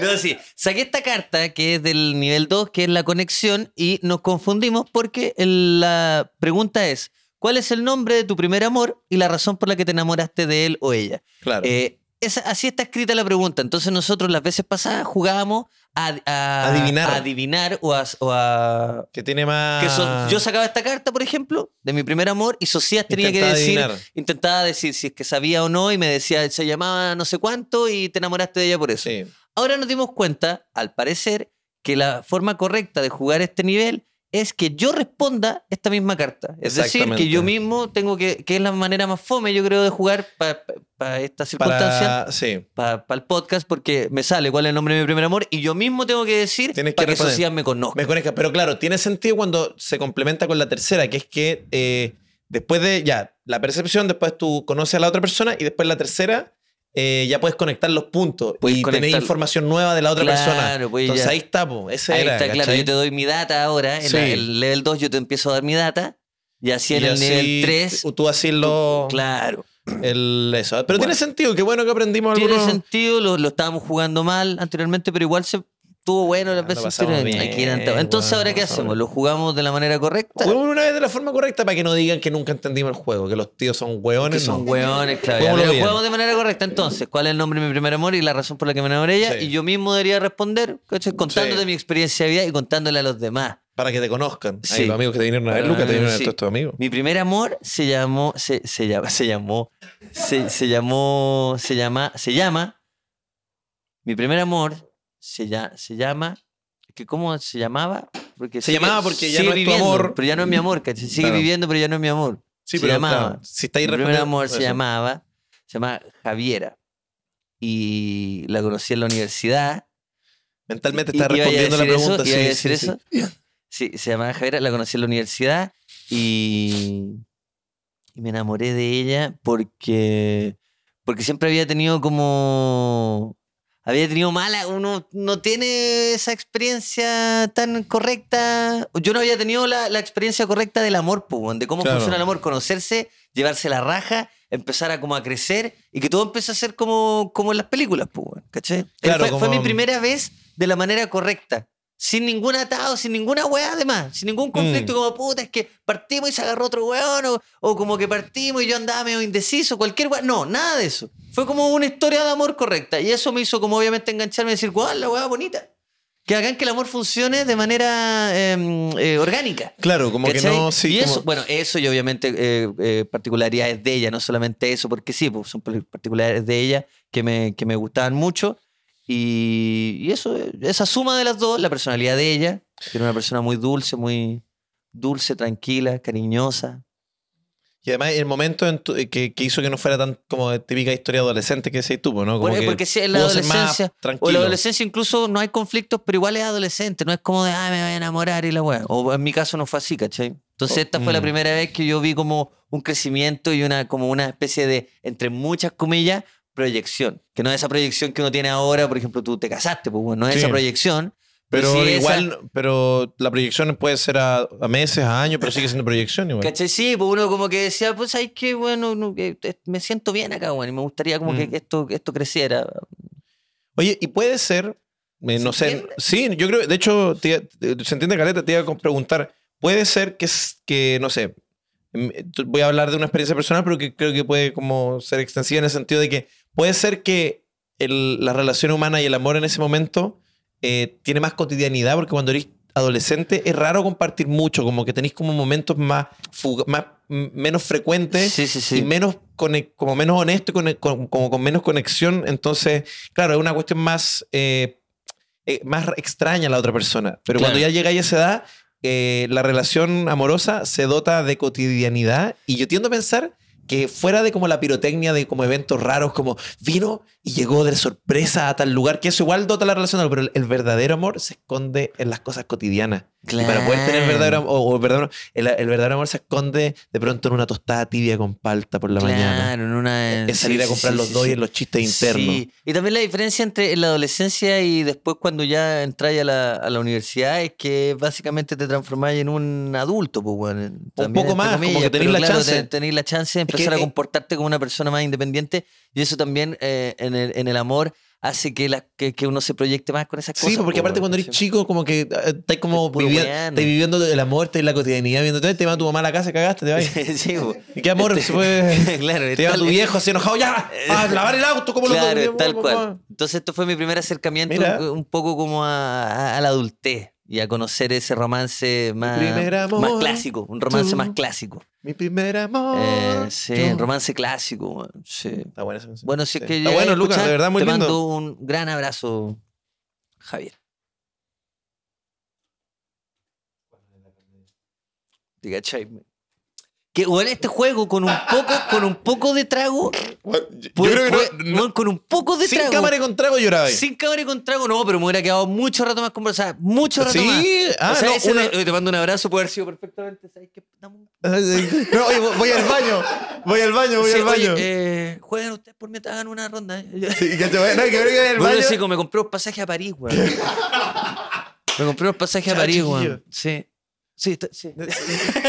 S3: No, sí. Saqué esta carta que es del nivel 2, que es la conexión, y nos confundimos porque el- la pregunta es: ¿Cuál es el nombre de tu primer amor y la razón por la que te enamoraste de él o ella?
S4: Claro.
S3: Eh, esa- así está escrita la pregunta. Entonces, nosotros las veces pasadas jugábamos a, a-
S4: Adivinar.
S3: a adivinar o a. o a-
S4: que tiene más.
S3: que so- yo sacaba esta carta, por ejemplo, de mi primer amor, y Socias tenía
S4: Intentaba
S3: que decir,
S4: adivinar.
S3: intentaba decir si es que sabía o no, y me decía, se llamaba no sé cuánto, y te enamoraste de ella por eso.
S4: Sí.
S3: Ahora nos dimos cuenta, al parecer, que la forma correcta de jugar este nivel es que yo responda esta misma carta. Es decir, que
S4: Exactamente.
S3: yo mismo tengo que, que es la manera más fome, yo creo, de jugar para esta circunstancia,
S4: Para, sí.
S3: para el podcast, porque me sale cuál es el nombre de mi primer amor y yo mismo tengo que decir
S4: Tienes que
S3: para que,
S4: responder.
S3: Socias me conozca.
S4: Me conecta. Pero claro, tiene sentido cuando se complementa con la tercera, que es que eh, después de ya la percepción, después tú conoces a la otra persona y después la tercera eh, ya puedes conectar los puntos
S3: Puedes
S4: y tener
S3: conectar-
S4: información nueva de la otra
S3: Claro,
S4: persona.
S3: pues,
S4: Entonces
S3: ya.
S4: ahí está, po. Ese
S3: Ahí
S4: era.
S3: está, claro,
S4: ¿cachai?
S3: yo te doy mi data ahora, en la-
S4: Sí.
S3: el level 2 yo te empiezo a dar mi data y así en
S4: Y
S3: el
S4: así
S3: nivel 3,
S4: Tú haces lo.
S3: claro.
S4: el- eso. Pero tiene sentido, qué bueno que aprendimos
S3: tiene
S4: algunos.
S3: sentido, lo, lo estábamos jugando mal anteriormente, pero igual se estuvo bueno las
S4: lo
S3: veces
S4: pasamos
S3: anteriores.
S4: bien,
S3: Aquí eran todos. Entonces,
S4: weón,
S3: ¿ahora
S4: lo
S3: qué
S4: pasamos
S3: hacemos?
S4: bien.
S3: ¿Lo jugamos de la manera correcta?
S4: Juguemos una vez de la forma correcta para que no digan que nunca entendimos el juego, que los tíos son
S3: Que
S4: hueones.
S3: son
S4: no.
S3: hueones, claro. ya,
S4: Juguémoslo
S3: Lo
S4: bien.
S3: jugamos de manera correcta. Entonces, ¿cuál es el nombre de mi primer amor y la razón por la que me enamoré de ella?
S4: Sí.
S3: Y yo mismo debería responder, ¿cachai? Contándote
S4: Sí.
S3: mi experiencia de vida y contándole a los demás.
S4: Para que te conozcan.
S3: Sí. Ah,
S4: Ay, los amigos que te vinieron a ver,
S3: Para
S4: Lucas,
S3: los
S4: te vinieron a ver todos
S3: amigos,
S4: tus amigos.
S3: Mi primer amor se llamó. Se, se llama. Se llamó. Se, se llamó. Se llama. Se llama. Mi primer amor se, lla- se llama. que ¿Cómo se llamaba? Porque
S4: Se
S3: sigue-
S4: llamaba porque ya
S3: sigue
S4: no es tu
S3: viviendo,
S4: amor.
S3: Pero ya no es mi amor, ¿cachai? Sigue
S4: Claro.
S3: viviendo, pero ya no es mi amor.
S4: Sí,
S3: se
S4: pero
S3: llamaba.
S4: claro, si está ahí
S3: Mi primer
S4: respondiendo-
S3: amor se
S4: eso.
S3: llamaba. Se llamaba Javiera. Y la conocí en la universidad.
S4: Mentalmente
S3: Y-
S4: está
S3: iba a
S4: respondiendo la
S3: decir eso,
S4: pregunta.
S3: iba a
S4: sí,
S3: decir
S4: sí,
S3: eso.
S4: sí.
S3: Sí, se llamaba Javiera, la conocí en la universidad y, y me enamoré de ella porque, porque siempre había tenido como... Había tenido mala, uno no tiene esa experiencia tan correcta. Yo no había tenido la, la experiencia correcta del amor, po, weón, de cómo
S4: Claro.
S3: funciona el amor, conocerse, llevarse la raja, empezar a como a crecer y que todo empieza a ser como, como en las películas, po, weón, ¿cachai?
S4: Claro,
S3: fue, fue mi
S4: como-
S3: primera vez de la manera correcta. sin ningún atado, sin ninguna weá además, sin ningún conflicto, como puta, es que partimos y se agarró otro weón, o, o como que partimos y yo andaba medio indeciso, cualquier weá, no, nada de eso. Fue como una historia de amor correcta y eso me hizo como obviamente engancharme y decir, guau, la weá bonita. Que hagan que el amor funcione de manera em, eh, orgánica.
S4: Claro, como que
S3: ¿Cachai?
S4: no, sí.
S3: Y
S4: como-
S3: eso, bueno, eso y obviamente eh, eh, particularidades de ella, no solamente eso, porque sí, pues, son particularidades de ella que me, que me gustaban mucho. Y, y eso, eh, esa suma de las dos, la personalidad de ella, que era una persona muy dulce, muy dulce, tranquila, cariñosa.
S4: Y además el momento en tu- que, que hizo que no fuera tan como de típica historia adolescente que decís tú, pues, ¿no? Como
S3: Porque,
S4: que
S3: porque sí, en la
S4: pudo ser más
S3: adolescencia, o en
S4: tranquilo.
S3: la adolescencia incluso no hay conflictos, pero igual es adolescente, no es como de, ah, me voy a enamorar y la weá. O en mi caso no fue así, ¿cachai? Entonces esta fue la
S4: Mm.
S3: primera vez que yo vi como un crecimiento y una, como una especie de, entre muchas comillas, proyección. Que no es esa proyección que uno tiene ahora, por ejemplo, tú te casaste, pues bueno, no es
S4: Sí.
S3: esa proyección.
S4: pero
S3: Pues sí esa-
S4: igual, pero la proyección puede ser a, a meses, a años, pero sigue siendo proyección igual.
S3: ¿Cachai? Sí, pues uno como que decía, pues hay que, bueno, no, que, eh, me siento bien acá, bueno, y me gustaría como
S4: Mm.
S3: que esto, esto creciera.
S4: Oye, y puede ser, eh, no sé,
S3: entiende?
S4: sí, yo creo, de hecho, te iba- eh, se entiende, Caleta, te iba a com- preguntar, puede ser que, es- que no sé, em, eh, tú- voy a hablar de una experiencia personal, pero que creo que puede como ser extensiva en el sentido de que puede ser que el- la relación humana y el amor en ese momento eh, tiene más cotidianidad, porque cuando eres adolescente es raro compartir mucho, como que tenéis como momentos más, fuga- más m- menos frecuentes
S3: Sí, sí,
S4: y
S3: sí.
S4: menos cone- como menos honesto y cone- con- como con menos conexión. Entonces, claro, es una cuestión más, eh, eh, más extraña a la otra persona. Pero cuando ya llegáis a esa edad, eh, la relación amorosa se dota de cotidianidad. Y yo tiendo a pensar que fuera de como la pirotecnia de como eventos raros, como vino y llegó de sorpresa a tal lugar, que eso igual dota la relación, pero el, el verdadero amor se esconde en las cosas cotidianas. Y para poder tener
S3: Claro.
S4: verdadero amor, o, o verdadero- el, el verdadero amor se esconde de pronto en una tostada tibia con palta por la mañana.
S3: Claro, en una...
S4: Es salir
S3: sí,
S4: a
S3: sí,
S4: comprar
S3: sí,
S4: los
S3: sí,
S4: dos
S3: sí.
S4: y en los chistes internos.
S3: Sí. Y también la diferencia entre la adolescencia y después cuando ya entras a la, a la universidad es que básicamente te transformás en un adulto, pues, weón. También,
S4: poco
S3: entre
S4: más, como que tenés
S3: pero
S4: la
S3: claro,
S4: chance.
S3: ten- tenés la chance de
S4: que,
S3: empezar a
S4: eh,
S3: comportarte como una persona más independiente y eso también eh, en, el, en el amor hace que, la, que, que uno se proyecte más con esas
S4: Sí,
S3: cosas.
S4: porque
S3: pues,
S4: aparte
S3: weón,
S4: cuando eres
S3: ¿cachai?
S4: chico, como que eh, estás como
S3: Es puro
S4: vivi-
S3: weando.
S4: estás viviendo el amor, estás en la cotidianidad, viendo todo, te va tu mamá a la casa, cagaste, te vas.
S3: sí, pues.
S4: ¿Y qué amor? Se fue-
S3: claro,
S4: eh, te va
S3: tal-
S4: tu viejo así enojado, ya, a lavar el auto, como
S3: Claro,
S4: lo
S3: tal cual. Entonces, esto fue mi primer acercamiento
S4: Mira.
S3: un, un poco como a, a- a la adultez y a conocer ese romance más,
S4: primer amor,
S3: más clásico, un romance
S4: tú.
S3: más clásico.
S4: Mi primer amor.
S3: Eh, sí,
S4: yo.
S3: romance clásico. weón, Sí.
S4: Está buena esa canción.
S3: Bueno, si es
S4: Sí.
S3: que
S4: Está
S3: llegas
S4: bueno,
S3: a
S4: Lucas, de
S3: escuchar,
S4: verdad, muy
S3: te
S4: lindo.
S3: mando un gran abrazo, Javier. Te cachai, me- Que bueno, este juego con un poco, con un poco de trago.
S4: Yo
S3: Pues,
S4: creo que
S3: pues,
S4: no- no-
S3: weón, con un poco de
S4: sin
S3: trago.
S4: cámara y con trago lloraba. ahí.
S3: sin cámara y con trago, no, pero me hubiera quedado mucho rato más conversada. Mucho rato
S4: Sí,
S3: más.
S4: ah,
S3: o sea,
S4: no,
S3: ese
S4: una-
S3: de, "Oye, te mando un abrazo, puede haber sido perfectamente. ¿sabes qué? Dame un-
S4: No, oye, voy- voy al baño. Voy al baño, voy
S3: Sí,
S4: al baño.
S3: Oye, eh, jueguen ustedes por mientras hagan una ronda. eh".
S4: Sí, que te voy- no, que creo que voy al
S3: Bueno,
S4: baño.
S3: sí, como me compré un pasaje a París, güey. me compré unos pasajes a
S4: Chao,
S3: París,
S4: chiquillo.
S3: güey. Sí. Sí, está- sí. No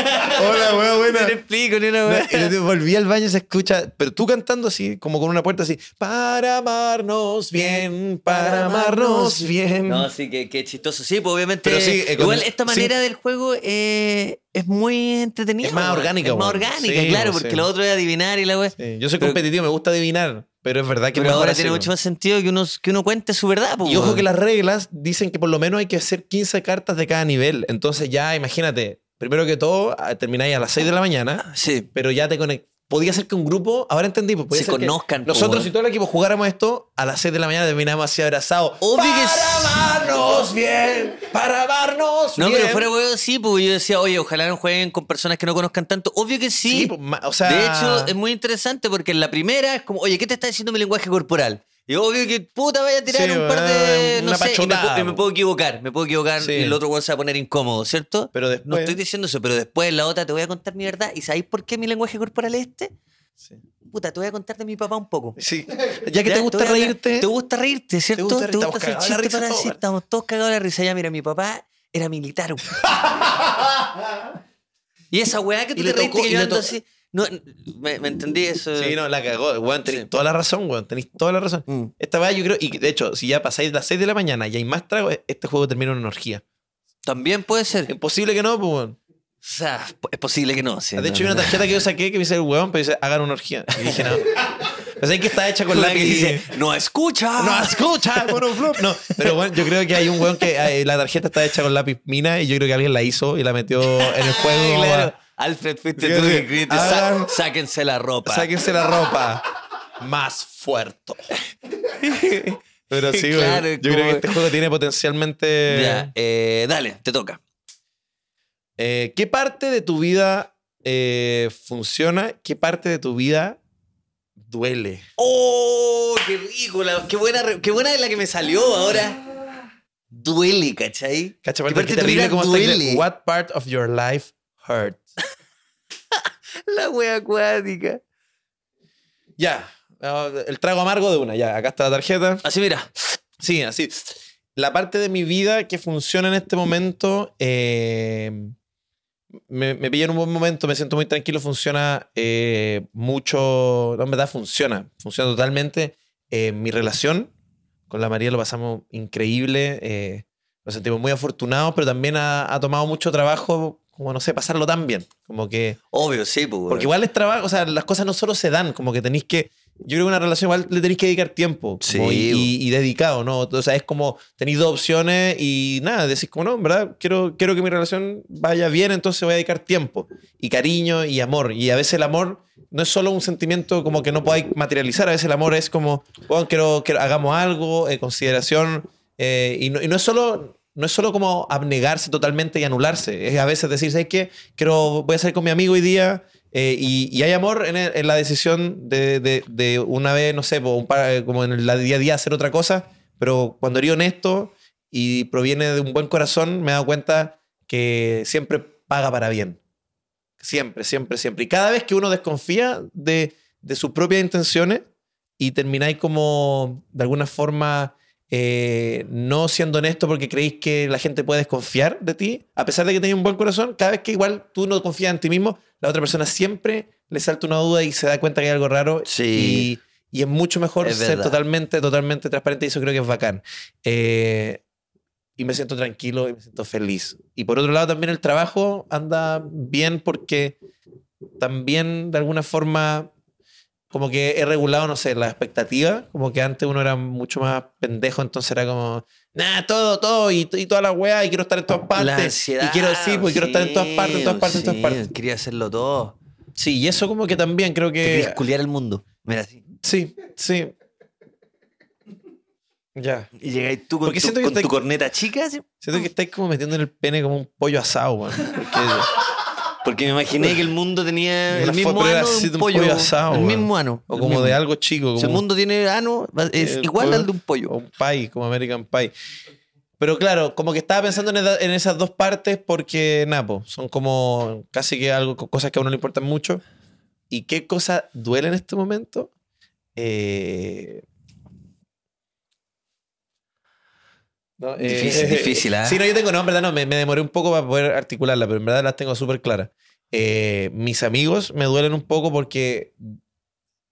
S4: Hola, weón, buena.
S3: te explico ni una
S4: No,
S3: weá.
S4: y yo Volví al baño y se escucha, pero tú cantando así, como con una puerta así, para amarnos bien, para amarnos bien.
S3: No, sí, que, que chistoso. Sí, pues obviamente.
S4: Pero sí, eh, con-
S3: igual esta
S4: sí.
S3: manera del juego eh, es muy entretenida.
S4: Es más
S3: weón.
S4: orgánica,
S3: Es más
S4: weón.
S3: orgánica,
S4: Sí,
S3: claro,
S4: weón,
S3: porque
S4: sí.
S3: lo otro es adivinar y la weá.
S4: Sí, yo soy
S3: Pero-
S4: competitivo, me gusta adivinar, pero es verdad que
S3: Pero
S4: mejor
S3: ahora
S4: así,
S3: tiene
S4: weón.
S3: mucho más sentido que uno, que uno cuente su verdad, pues.
S4: Y ojo
S3: weón.
S4: que las reglas dicen que por lo menos hay que hacer 15 cartas de cada nivel. Entonces ya, imagínate, primero que todo, ah, termináis a las 6 de la mañana,
S3: Sí.
S4: pero ya te conect... Podía ser que un grupo, ahora entendí, pues podía
S3: Se
S4: ser que
S3: conozcan, po,
S4: Nosotros,
S3: weón.
S4: si todo el equipo jugáramos esto, a las 6 de la mañana terminamos así abrazados.
S3: Obvio que
S4: Para
S3: sí.
S4: amarnos bien, para amarnos
S3: No,
S4: bien.
S3: pero fuera huevo sí, porque yo decía, oye, ojalá no jueguen con personas que no conozcan tanto. Obvio que sí.
S4: Sí, pues, ma- o sea-
S3: De hecho, es muy interesante porque en la primera es como, oye, ¿qué te está diciendo mi lenguaje corporal? Y obvio que puta vaya a tirar
S4: Sí,
S3: un par de.
S4: weón,
S3: No
S4: una
S3: sé, y me,
S4: pachotada,
S3: puedo- y me
S4: weón.
S3: puedo equivocar, me puedo equivocar
S4: Sí.
S3: y el otro weón se va a poner incómodo, ¿cierto?
S4: Pero después-
S3: No estoy diciendo eso, pero después en la otra te voy a contar mi verdad. ¿Y sabéis por qué mi lenguaje corporal es este?
S4: Sí.
S3: Puta, te voy a contar de mi papá un poco.
S4: Sí. Ya que
S3: Ya,
S4: te gusta
S3: voy a hablar-
S4: reírte.
S3: Te gusta reírte, ¿cierto? Te
S4: gusta
S3: gusta,
S4: reír- estamos
S3: hacer
S4: cagados de la
S3: chistes
S4: risa
S3: para
S4: todos.
S3: decir, estamos todos cagados de la risa. Ya, mira, mi papá era militar. güey. y esa weá que tú
S4: Y
S3: te
S4: le
S3: reíste
S4: tocó-
S3: que
S4: y
S3: yo
S4: le
S3: ando
S4: to-
S3: así.
S11: No, me, me entendí eso.
S4: Sí, no, la cagó. Weón, tenéis toda la razón, weón. Tenéis toda la razón.
S3: Mm.
S4: Esta weá yo creo, y de hecho, si ya pasáis las 6 de la mañana y hay más trago, este juego termina en una orgía.
S3: También puede ser. O
S4: Imposible que no, pues, weón.
S3: sea, es posible que no. sí,
S4: De
S3: no,
S4: hecho, hay
S3: no.
S4: una tarjeta que yo saqué que me dice el weón, pero dice, hagan una orgía. Y dije, no. Pensé que está hecha con
S3: La
S4: la
S3: que dice, no escucha.
S4: No, escucha, monoflop. No, pero bueno, yo creo que hay un weón que eh, la tarjeta está hecha con lápiz mina y yo creo que alguien la hizo y la metió en el juego.
S3: Claro. Alfred, fuiste tú que escribiste, sa-
S4: Hagan-
S3: sáquense la ropa.
S4: Sáquense la ropa. Más fuerte. Pero sí, güey.
S3: Claro,
S4: yo
S3: como-
S4: creo que este juego tiene potencialmente.
S3: Ya, eh, dale, te toca.
S4: Eh, ¿Qué parte de tu vida eh, funciona? ¿Qué parte de tu vida duele?
S3: ¡Oh! ¡Qué rico! la- qué, buena, re- qué buena es la que me salió ahora. Duele, ¿cachai?
S4: Cacha,
S3: ¿Qué
S4: aparte
S3: parte
S4: que
S3: de tu
S4: terrible
S3: vida
S4: como está ahí,
S3: duele?
S4: What part of your life hurt?
S3: La wea acuática.
S4: Ya. ah, El trago amargo de una, ya. Acá está la tarjeta.
S3: Así mira.
S4: Sí, así. La parte de mi vida que funciona en este momento, eh, me, me pilla en un buen momento, me siento muy tranquilo, funciona eh, mucho, no, en verdad funciona, funciona totalmente. Eh, mi relación con la María lo pasamos increíble, eh, nos sentimos muy afortunados, pero también ha, ha tomado mucho trabajo, como no sé, pasarlo tan bien, como que...
S3: Obvio, sí, pues.
S4: Porque igual es trabajo, o sea, las cosas no solo se dan, como que tenéis que. Yo creo que una relación igual le tenéis que dedicar tiempo. como
S3: Sí,
S4: y,
S3: bo.
S4: y- y dedicado, ¿no? O sea, es como tenéis dos opciones y nada, decís como, no, en verdad, quiero, quiero que mi relación vaya bien, entonces voy a dedicar tiempo y cariño y amor. Y a veces el amor no es solo un sentimiento como que no podáis materializar, a veces el amor es como, bueno, quiero que hagamos algo, eh, consideración, eh, y, no, y no es solo... No es solo como abnegarse totalmente y anularse. Es a veces decir, ¿sabes qué? Quiero, voy a salir con mi amigo hoy día. eh, y, y hay amor en, el- en la decisión de, de- de una vez, no sé, po, un par- eh, como en el día a día hacer otra cosa. Pero cuando eres honesto y proviene de un buen corazón, me he dado cuenta que siempre paga para bien. Siempre, siempre, siempre. Y cada vez que uno desconfía de, de sus propias intenciones y termináis como, de alguna forma, eh, no siendo honesto porque creéis que la gente puede desconfiar de ti, a pesar de que tenéis un buen corazón, cada vez que igual tú no confías en ti mismo, la otra persona siempre le salta una duda y se da cuenta que hay algo raro.
S3: Sí.
S4: Y, y es mucho mejor
S3: Es
S4: ser
S3: verdad.
S4: totalmente, totalmente transparente y eso creo que es bacán. Eh, y me siento tranquilo y me siento feliz. Y por otro lado también el trabajo anda bien porque también de alguna forma como que he regulado, no sé, las expectativas, como que antes uno era mucho más pendejo, entonces era como, nada, todo, todo, y, y toda la weá, y quiero estar en todas
S3: La
S4: partes, y
S3: ansiedad,
S4: quiero, sí, pues quiero estar en todas
S3: sí,
S4: partes, en todas partes, en todas
S3: sí,
S4: partes. Eh,
S3: Quería hacerlo todo.
S4: Sí, y eso como que también creo
S3: Quería
S4: que...
S3: esculear el mundo. Mira, así.
S4: Sí, sí. Ya.
S3: Y llegáis tú con,
S4: Porque
S3: tu,
S4: siento que
S3: con
S4: está-
S3: tu corneta chica. así.
S4: Siento que estáis como metiendo en el pene como un pollo asado, weón. Porque...
S3: Porque me imaginé que el mundo tenía
S4: Una
S3: el mismo
S4: foto era
S3: ano de
S4: así
S3: un
S4: de un
S3: pollo.
S4: pollo asado,
S3: el
S4: weón.
S3: mismo ano.
S4: O
S3: el
S4: como de
S3: mismo.
S4: algo chico.
S3: Si el
S4: como un-
S3: mundo tiene ano, va- es
S4: el
S3: igual
S4: pollo-
S3: al de un pollo.
S4: O un pie, como American Pie. Pero claro, como que estaba pensando en, eda- en esas dos partes porque, napo, son como casi que algo, co- cosas que a uno le importan mucho. ¿Y qué cosa duele en este momento? Eh, no, eh,
S3: Difícil, difícil, ¿ah?
S4: Sí, no, yo tengo, no, en verdad no, me, me demoré un poco para poder articularla, pero en verdad las tengo súper claras. Eh, mis amigos me duelen un poco porque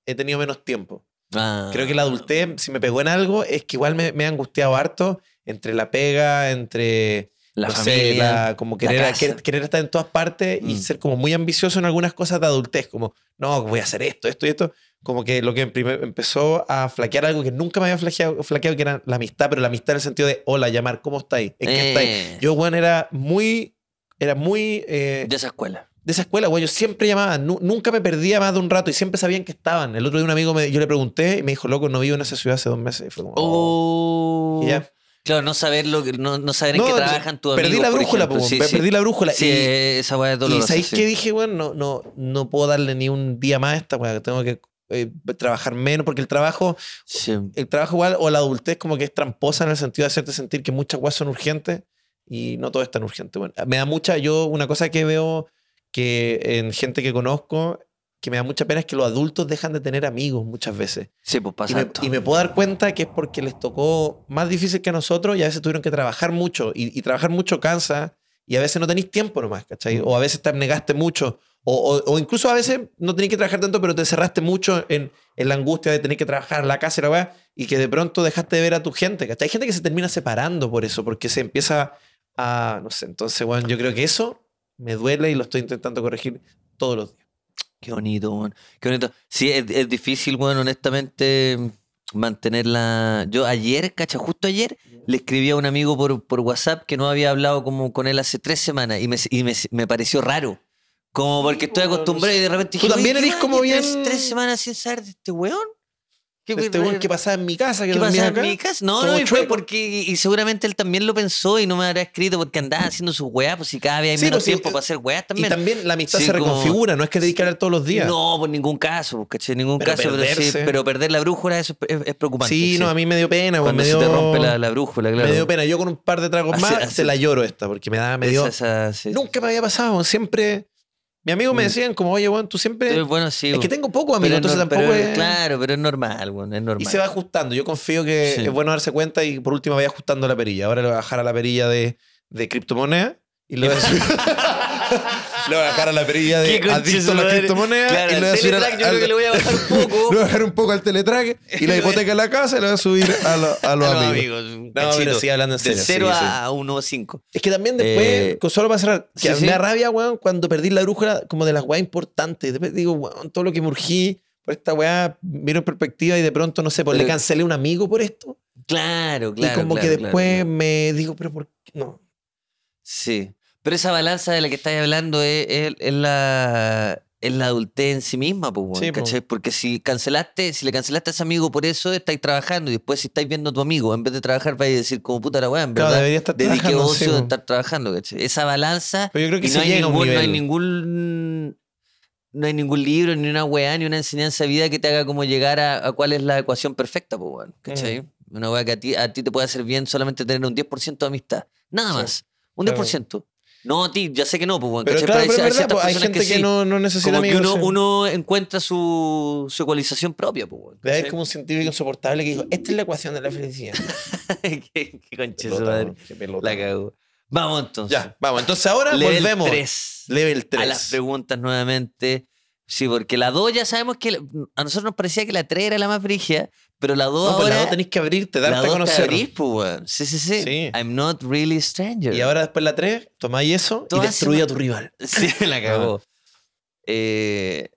S4: he tenido menos tiempo.
S3: Ah.
S4: Creo que la adultez, si me pegó en algo, es que igual me, me ha angustiado harto entre la pega, entre
S3: La
S4: no sé,
S3: familia.
S4: la- como querer,
S3: casa.
S4: querer, querer estar en todas partes y
S3: Mm.
S4: ser como muy ambicioso en algunas cosas de adultez, como, no, voy a hacer esto, esto y esto. Como que lo que en primer- empezó a flaquear algo que nunca me había flaqueado, flaqueado, que era la amistad, pero la amistad en el sentido de, hola, llamar, ¿cómo estáis? ¿En qué estáis?
S3: Eh,
S4: Yo, bueno, era muy, era muy eh,
S3: de esa escuela.
S4: de esa escuela, güey, yo siempre llamaba, nu- nunca me perdía más de un rato y siempre sabían que estaban. El otro día un amigo, me, yo le pregunté y me dijo, loco, no vivo en esa ciudad hace dos meses. Y fue como,
S3: Oh.
S4: Y ya.
S3: Claro, no saber, lo que, no, no saber en
S4: No,
S3: qué
S4: pues,
S3: trabajan tus amigos.
S4: Perdí la
S3: por
S4: brújula,
S3: ejemplo.
S4: po,
S3: Sí,
S4: pe-
S3: sí.
S4: perdí la brújula.
S3: Sí,
S4: y
S3: esa weá es
S4: y
S3: dolorosa.
S4: ¿sabéis
S3: sí.
S4: qué dije, güey? No, no, no puedo darle ni un día más a esta, güey, tengo que eh, trabajar menos porque el trabajo
S3: Sí.
S4: el trabajo igual o la adultez como que es tramposa en el sentido de hacerte sentir que muchas cosas son urgentes y no todo es tan urgente. Bueno, me da mucha, yo una cosa que veo que en gente que conozco que me da mucha pena es que los adultos dejan de tener amigos muchas veces.
S3: Sí, pues
S4: Y
S3: pasa
S4: me,
S3: esto.
S4: y me puedo dar cuenta que es porque les tocó más difícil que a nosotros y a veces tuvieron que trabajar mucho y, y trabajar mucho cansa Y a veces no tenéis tiempo nomás, ¿cachai? O a veces te abnegaste mucho. O, o- o incluso a veces no tenéis que trabajar tanto, pero te cerraste mucho en, en la angustia de tener que trabajar la casa y la weá, y que de pronto dejaste de ver a tu gente, ¿cachai? Hay gente que se termina separando por eso, porque se empieza a. No sé, entonces, bueno, yo creo que eso me duele y lo estoy intentando corregir todos los días.
S3: Qué bonito, weón. Qué bonito. Sí, es, es difícil, weón, honestamente, mantener la. Yo ayer, cacha, justo ayer, le escribí a un amigo por, por WhatsApp que no había hablado como con él hace tres semanas y me, y me, me pareció raro. Como porque estoy acostumbrado y de repente
S4: Tú también
S3: "Oye, ¿qué
S4: eres
S3: weón?
S4: como
S3: ¿Ya tres-
S4: bien-
S3: Tres semanas sin saber de este weón. ¿Qué,
S4: Este weón que pasaba en mi casa, que
S3: ¿Qué
S4: dormía
S3: pasa
S4: acá.
S3: en mi casa? No,
S4: Como
S3: no, y fue
S4: chueco.
S3: porque. Y seguramente él también lo pensó y no me habrá escrito porque andaba haciendo sus weas, pues si cada vez hay
S4: Mm. Sí,
S3: menos
S4: pues, sí,
S3: tiempo
S4: eh,
S3: para hacer weas también.
S4: Y también la amistad
S3: Sí,
S4: se
S3: como-
S4: reconfigura, no es que te dedique a hablar todos los días.
S3: No, por ningún caso, pues, ¿cachai? Ningún
S4: Pero
S3: caso, pero, sí,
S4: perderse.
S3: pero perder la brújula eso es, es preocupante.
S4: sí, no, a mí me dio pena. weón,
S3: Cuando
S4: me
S3: se
S4: dio,
S3: te rompe la, la brújula, claro.
S4: me dio pena. Yo con un par de tragos
S3: Hace-
S4: más
S3: hace-
S4: se la lloro esta, porque me da, me dio.
S3: Esa- esa- sí.
S4: Nunca me había pasado, weón, siempre. Mi amigo me decían como, oye, weón, tú siempre.
S3: Pero bueno, sí.
S4: Es que
S3: bueno.
S4: tengo poco
S3: Pero
S4: amigo,
S3: es
S4: entonces
S3: nor-
S4: tampoco
S3: pero-
S4: es.
S3: Claro, pero es normal, bueno, es normal.
S4: Y se va ajustando. Yo confío que
S3: Sí.
S4: es bueno darse cuenta y por último vaya ajustando la perilla. Ahora le voy a bajar a la perilla de, de criptomoneda y le voy a subir. le voy a bajar a la perilla de
S3: Qué concha
S4: adicto
S3: su
S4: a la
S3: madre.
S4: criptomoneda
S3: Claro,
S4: y le voy a
S3: al
S4: subir a la-
S3: Teletrack yo creo que le voy a bajar un poco.
S4: le voy a bajar un poco al teletrack y la hipoteca de la casa y le voy a subir a, lo- a los
S3: A los
S4: amigos.
S3: amigos, un
S4: No,
S3: cachito.
S4: pero sí, hablando en
S3: De
S4: serio.
S3: 0
S4: sí, sí.
S3: a 1.5.
S4: Es que también después,
S3: Eh,
S4: con- solo para cerrar, que
S3: sí,
S4: me
S3: sí.
S4: da rabia, weón, cuando perdí la brújula como de las weas importantes. Después digo, weón, todo lo que me urgí por esta weá, miro en perspectiva y de pronto, no sé, pues le
S3: Pero-
S4: cancelé a un amigo por esto.
S3: Claro, Eh, claro.
S4: y como
S3: claro,
S4: que
S3: claro,
S4: después
S3: claro.
S4: me digo, pero ¿por qué no?
S3: Sí. Pero esa balanza de la que estáis hablando es, es- es la, es la adultez en sí misma, pues, weón,
S4: Sí, po.
S3: ¿cachai? Porque si cancelaste, si le cancelaste a ese amigo por eso, estáis trabajando y después si estáis viendo a tu amigo, en vez de trabajar, vais a decir como puta la weá, en
S4: Claro,
S3: verdad.
S4: debería estar
S3: dedique
S4: trabajando, sí,
S3: ocio de
S4: po.
S3: estar trabajando, ¿cachai? Esa balanza.
S4: Pero yo creo que
S3: y
S4: se
S3: no hay,
S4: llega a un
S3: ningún, no hay
S4: nivel.
S3: ningún. No hay ningún libro, ni una weá, ni una enseñanza de vida que te haga como llegar a, a cuál es la ecuación perfecta, pues, weón, ¿cachai?
S4: Mm.
S3: Una weá que a ti, a ti te puede hacer bien solamente tener un 10% de amistad. Nada más. Un
S4: claro.
S3: 10%. No, a ti, ya sé que no, pues, weón,
S4: Pero
S3: ¿cachai?
S4: claro,
S3: hay,
S4: pero es
S3: hay
S4: verdad,
S3: ciertas
S4: pues, hay
S3: personas
S4: gente que,
S3: sí.
S4: no, no necesita
S3: Como que
S4: amigos.
S3: uno,
S4: sí.
S3: uno encuentra su, su ecualización propia, pues, weón,
S4: Debe haber
S3: ¿cachai?
S4: como un científico insoportable que dijo, esta es la ecuación de la felicidad.
S3: Qué- qué conche su
S4: Pelota,
S3: madre.
S4: weón, qué pelota.
S3: La cagó. Vamos entonces.
S4: Ya, vamos. Entonces ahora
S3: Level
S4: volvemos.
S3: 3.
S4: Level 3.
S3: A las preguntas nuevamente. Sí, porque la 2 ya sabemos que la- a nosotros nos parecía que la 3 era la más brigia, pero la 2
S4: No, pues
S3: ahora.
S4: la dos tenés que abrirte,
S3: la
S4: darte a
S3: dos te
S4: conocer.
S3: abrís, pues, weón. Sí, sí, sí,
S4: Sí.
S3: I'm not really a stranger.
S4: Y ahora después la 3, tomáis eso y
S3: Todas
S4: destruí
S3: se-
S4: a tu rival.
S3: Sí,
S4: Ah.
S3: la cagó. Eh,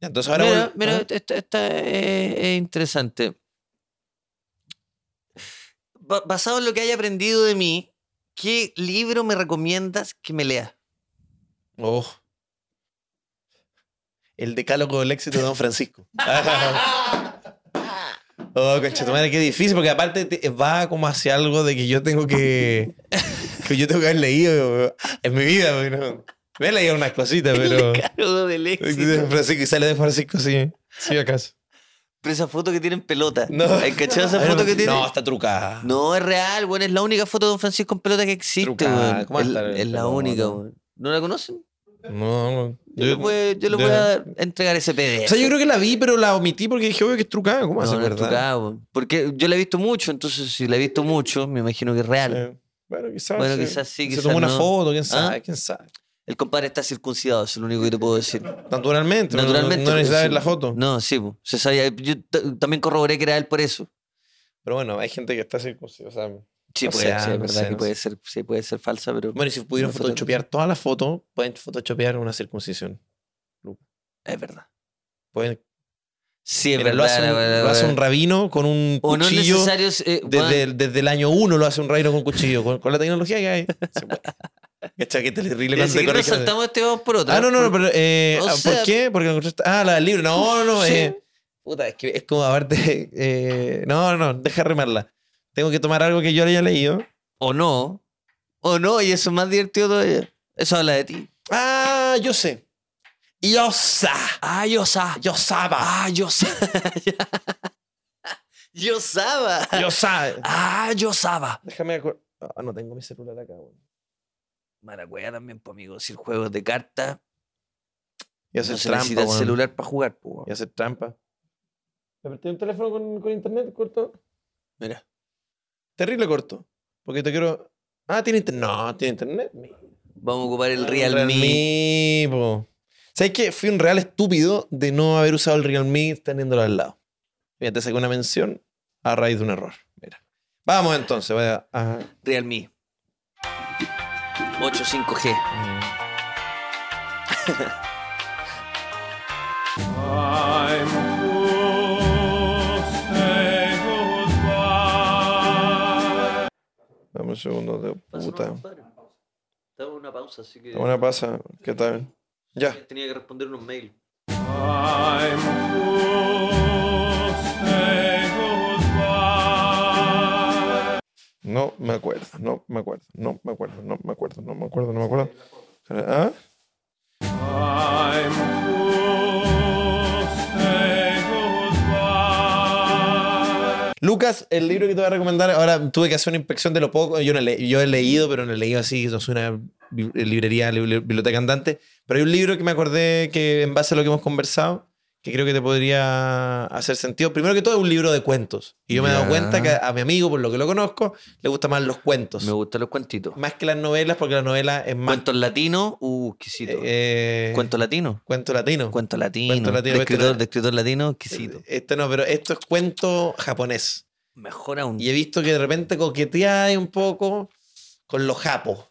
S4: Ya, Entonces ahora
S3: mira,
S4: vol-
S3: mira,
S4: ¿Ah?
S3: esta, esta es, eh, es interesante. Ba- basado en lo que haya aprendido de mí, ¿qué libro me recomiendas que me lea?
S4: Oh. El decálogo del éxito de Don Francisco. oh, concha tu madre, qué difícil, porque aparte te- eh, va como hacia algo de que yo tengo que. que yo tengo que haber leído en mi vida. porque no- Me he leído unas cositas, pero.
S3: Claro, del
S4: De Don
S3: éxito.
S4: Francisco, y sale de Francisco, sí. Sí, acaso.
S3: Pero esa foto que tienen pelota.
S4: No.
S3: ¿Hay cachado esa foto que tiene?
S4: No, está trucada.
S3: No, es real, weón. Es la única foto de Don Francisco en pelota que existe,
S4: Trucada,
S3: weón.
S4: ¿cómo va a
S3: Es,
S4: estar en
S3: es la
S4: pelota,
S3: única,
S4: weón?
S3: weón. ¿No la conocen?
S4: No,
S3: Yo, le voy, yo le
S4: yo-
S3: voy a entregar ese PDF.
S4: O sea, yo creo que la vi, pero la omití porque dije, obvio que es trucada. ¿Cómo hace,
S3: no, no es
S4: verdad?
S3: trucada, weón. Porque yo la he visto mucho, entonces si la he visto mucho, me imagino que es real.
S4: Eh, Bueno, quizás.
S3: Bueno,
S4: sí.
S3: quizás sí,
S4: Se
S3: quizás
S4: tomó una
S3: no.
S4: foto, quién sabe,
S3: ¿Ah?
S4: quién sabe.
S3: El compadre está circuncidado, eso es lo único que te puedo decir.
S4: Naturalmente, no-
S3: Naturalmente. pues,
S4: No, necesitas
S3: sí.
S4: ver la foto.
S3: No, sí, po. se sabía. Yo t- también corroboré que era él por eso.
S4: Pero bueno, hay gente que está circuncidada. o sea, bueno,
S3: Sí,
S4: O
S3: puede
S4: sea,
S3: ser, es
S4: no
S3: verdad
S4: sé,
S3: que
S4: no
S3: puede ser, sí, puede ser falsa, pero.
S4: y si pudieron
S3: Una foto-
S4: photoshopear todas las fotos, pueden photoshopear una circuncisión.
S3: es verdad.
S4: Pueden,
S3: Sí, es
S4: mira,
S3: verdad.
S4: lo, hace un,
S3: la-
S4: lo hace un
S3: la-
S4: rabino con un
S3: O no es
S4: cuchillo.
S3: necesario. eh, weón.
S4: desde, el, desde el año uno lo hace un rabino con cuchillo. Con, con la tecnología que hay. pues. Se puede. Cacha, qué terrible
S3: Y
S4: cuando
S3: así
S4: te
S3: que nos
S4: corrigen.
S3: Eh, saltamos este vamos por otro.
S4: Ah, no, no, no, pero. eh,
S3: O
S4: ah,
S3: sea-
S4: ¿Por qué? Porque lo encontraste- Ah, la del libro. No, no,
S3: Sí.
S4: eh, puta, es que es como aparte. eh, no, no, deja remarla. Tengo que tomar algo que yo haya leído.
S3: O no. O no, y eso es más divertido todavía. Eso habla de ti.
S4: Ah, yo sé. Yosa.
S3: Ah, yo sa.
S4: Yo saba.
S3: Ah, yo sa. yo saba.
S4: Yo sa-
S3: Ah, yo saba.
S4: Déjame acor- Ah, no tengo mi celular acá, weón.
S3: Maragüea también, pues, amigo. Si el juego es de cartas,
S4: Y
S3: no
S4: hacer
S3: se
S4: trampa.
S3: necesita el
S4: weón.
S3: celular para jugar, pues. weón.
S4: Y hacer trampa. ¿Me presté un teléfono con, con internet corto?
S3: Mira.
S4: Terrible corto. Porque te quiero. Ah, tiene internet. No, tiene internet.
S3: Vamos a ocupar el Realme.
S4: Ah, Realme. po. ¿Sabes qué? Fui un real estúpido de no haber usado el Realme teniéndolo al lado. Mira, te saqué una mención a raíz de un error. Mira. Vamos entonces. Vaya. ajá.
S3: Realme. 8 5G.
S2: I'm a fool, say goodbye.
S4: Dame un segundo de puta.
S11: Estaba una pausa, así que
S4: Una pasa. ¿Qué tal? Ya.
S11: tenía que responder unos mails.
S2: I'm a fool, say goodbye.
S4: No me acuerdo. No me acuerdo. No me acuerdo. No me acuerdo. No me acuerdo. No me acuerdo. ¿Ah?
S2: I'm a fool, say goodbye.
S4: Lucas, el libro que te voy a recomendar, ahora tuve que hacer una inspección de lo poco, yo, no le- yo he leído, pero no he leído así, no soy una bi- eh, librería, li- biblioteca andante, pero hay un libro que me acordé que en base a lo que hemos conversado, que creo que te podría hacer sentido. Primero que todo es un libro de cuentos, y yo me he dado
S3: Ya.
S4: cuenta que a mi amigo, por lo que lo conozco, le gustan más los cuentos,
S3: Me gustan los cuentitos.
S4: más que las novelas, porque la novela es más...
S3: Cuentos latinos. Uh, exquisito.
S4: eh,
S3: Cuento latino.
S4: cuento latino.
S3: Cuento latino.
S4: Cuento latino,
S3: de,
S4: cuento
S3: escritor,
S4: latino.
S3: de escritor latino, exquisito.
S4: Este no, pero esto es cuento japonés.
S3: Mejor aún.
S4: Y he visto que de repente coqueteáis un poco con los japos.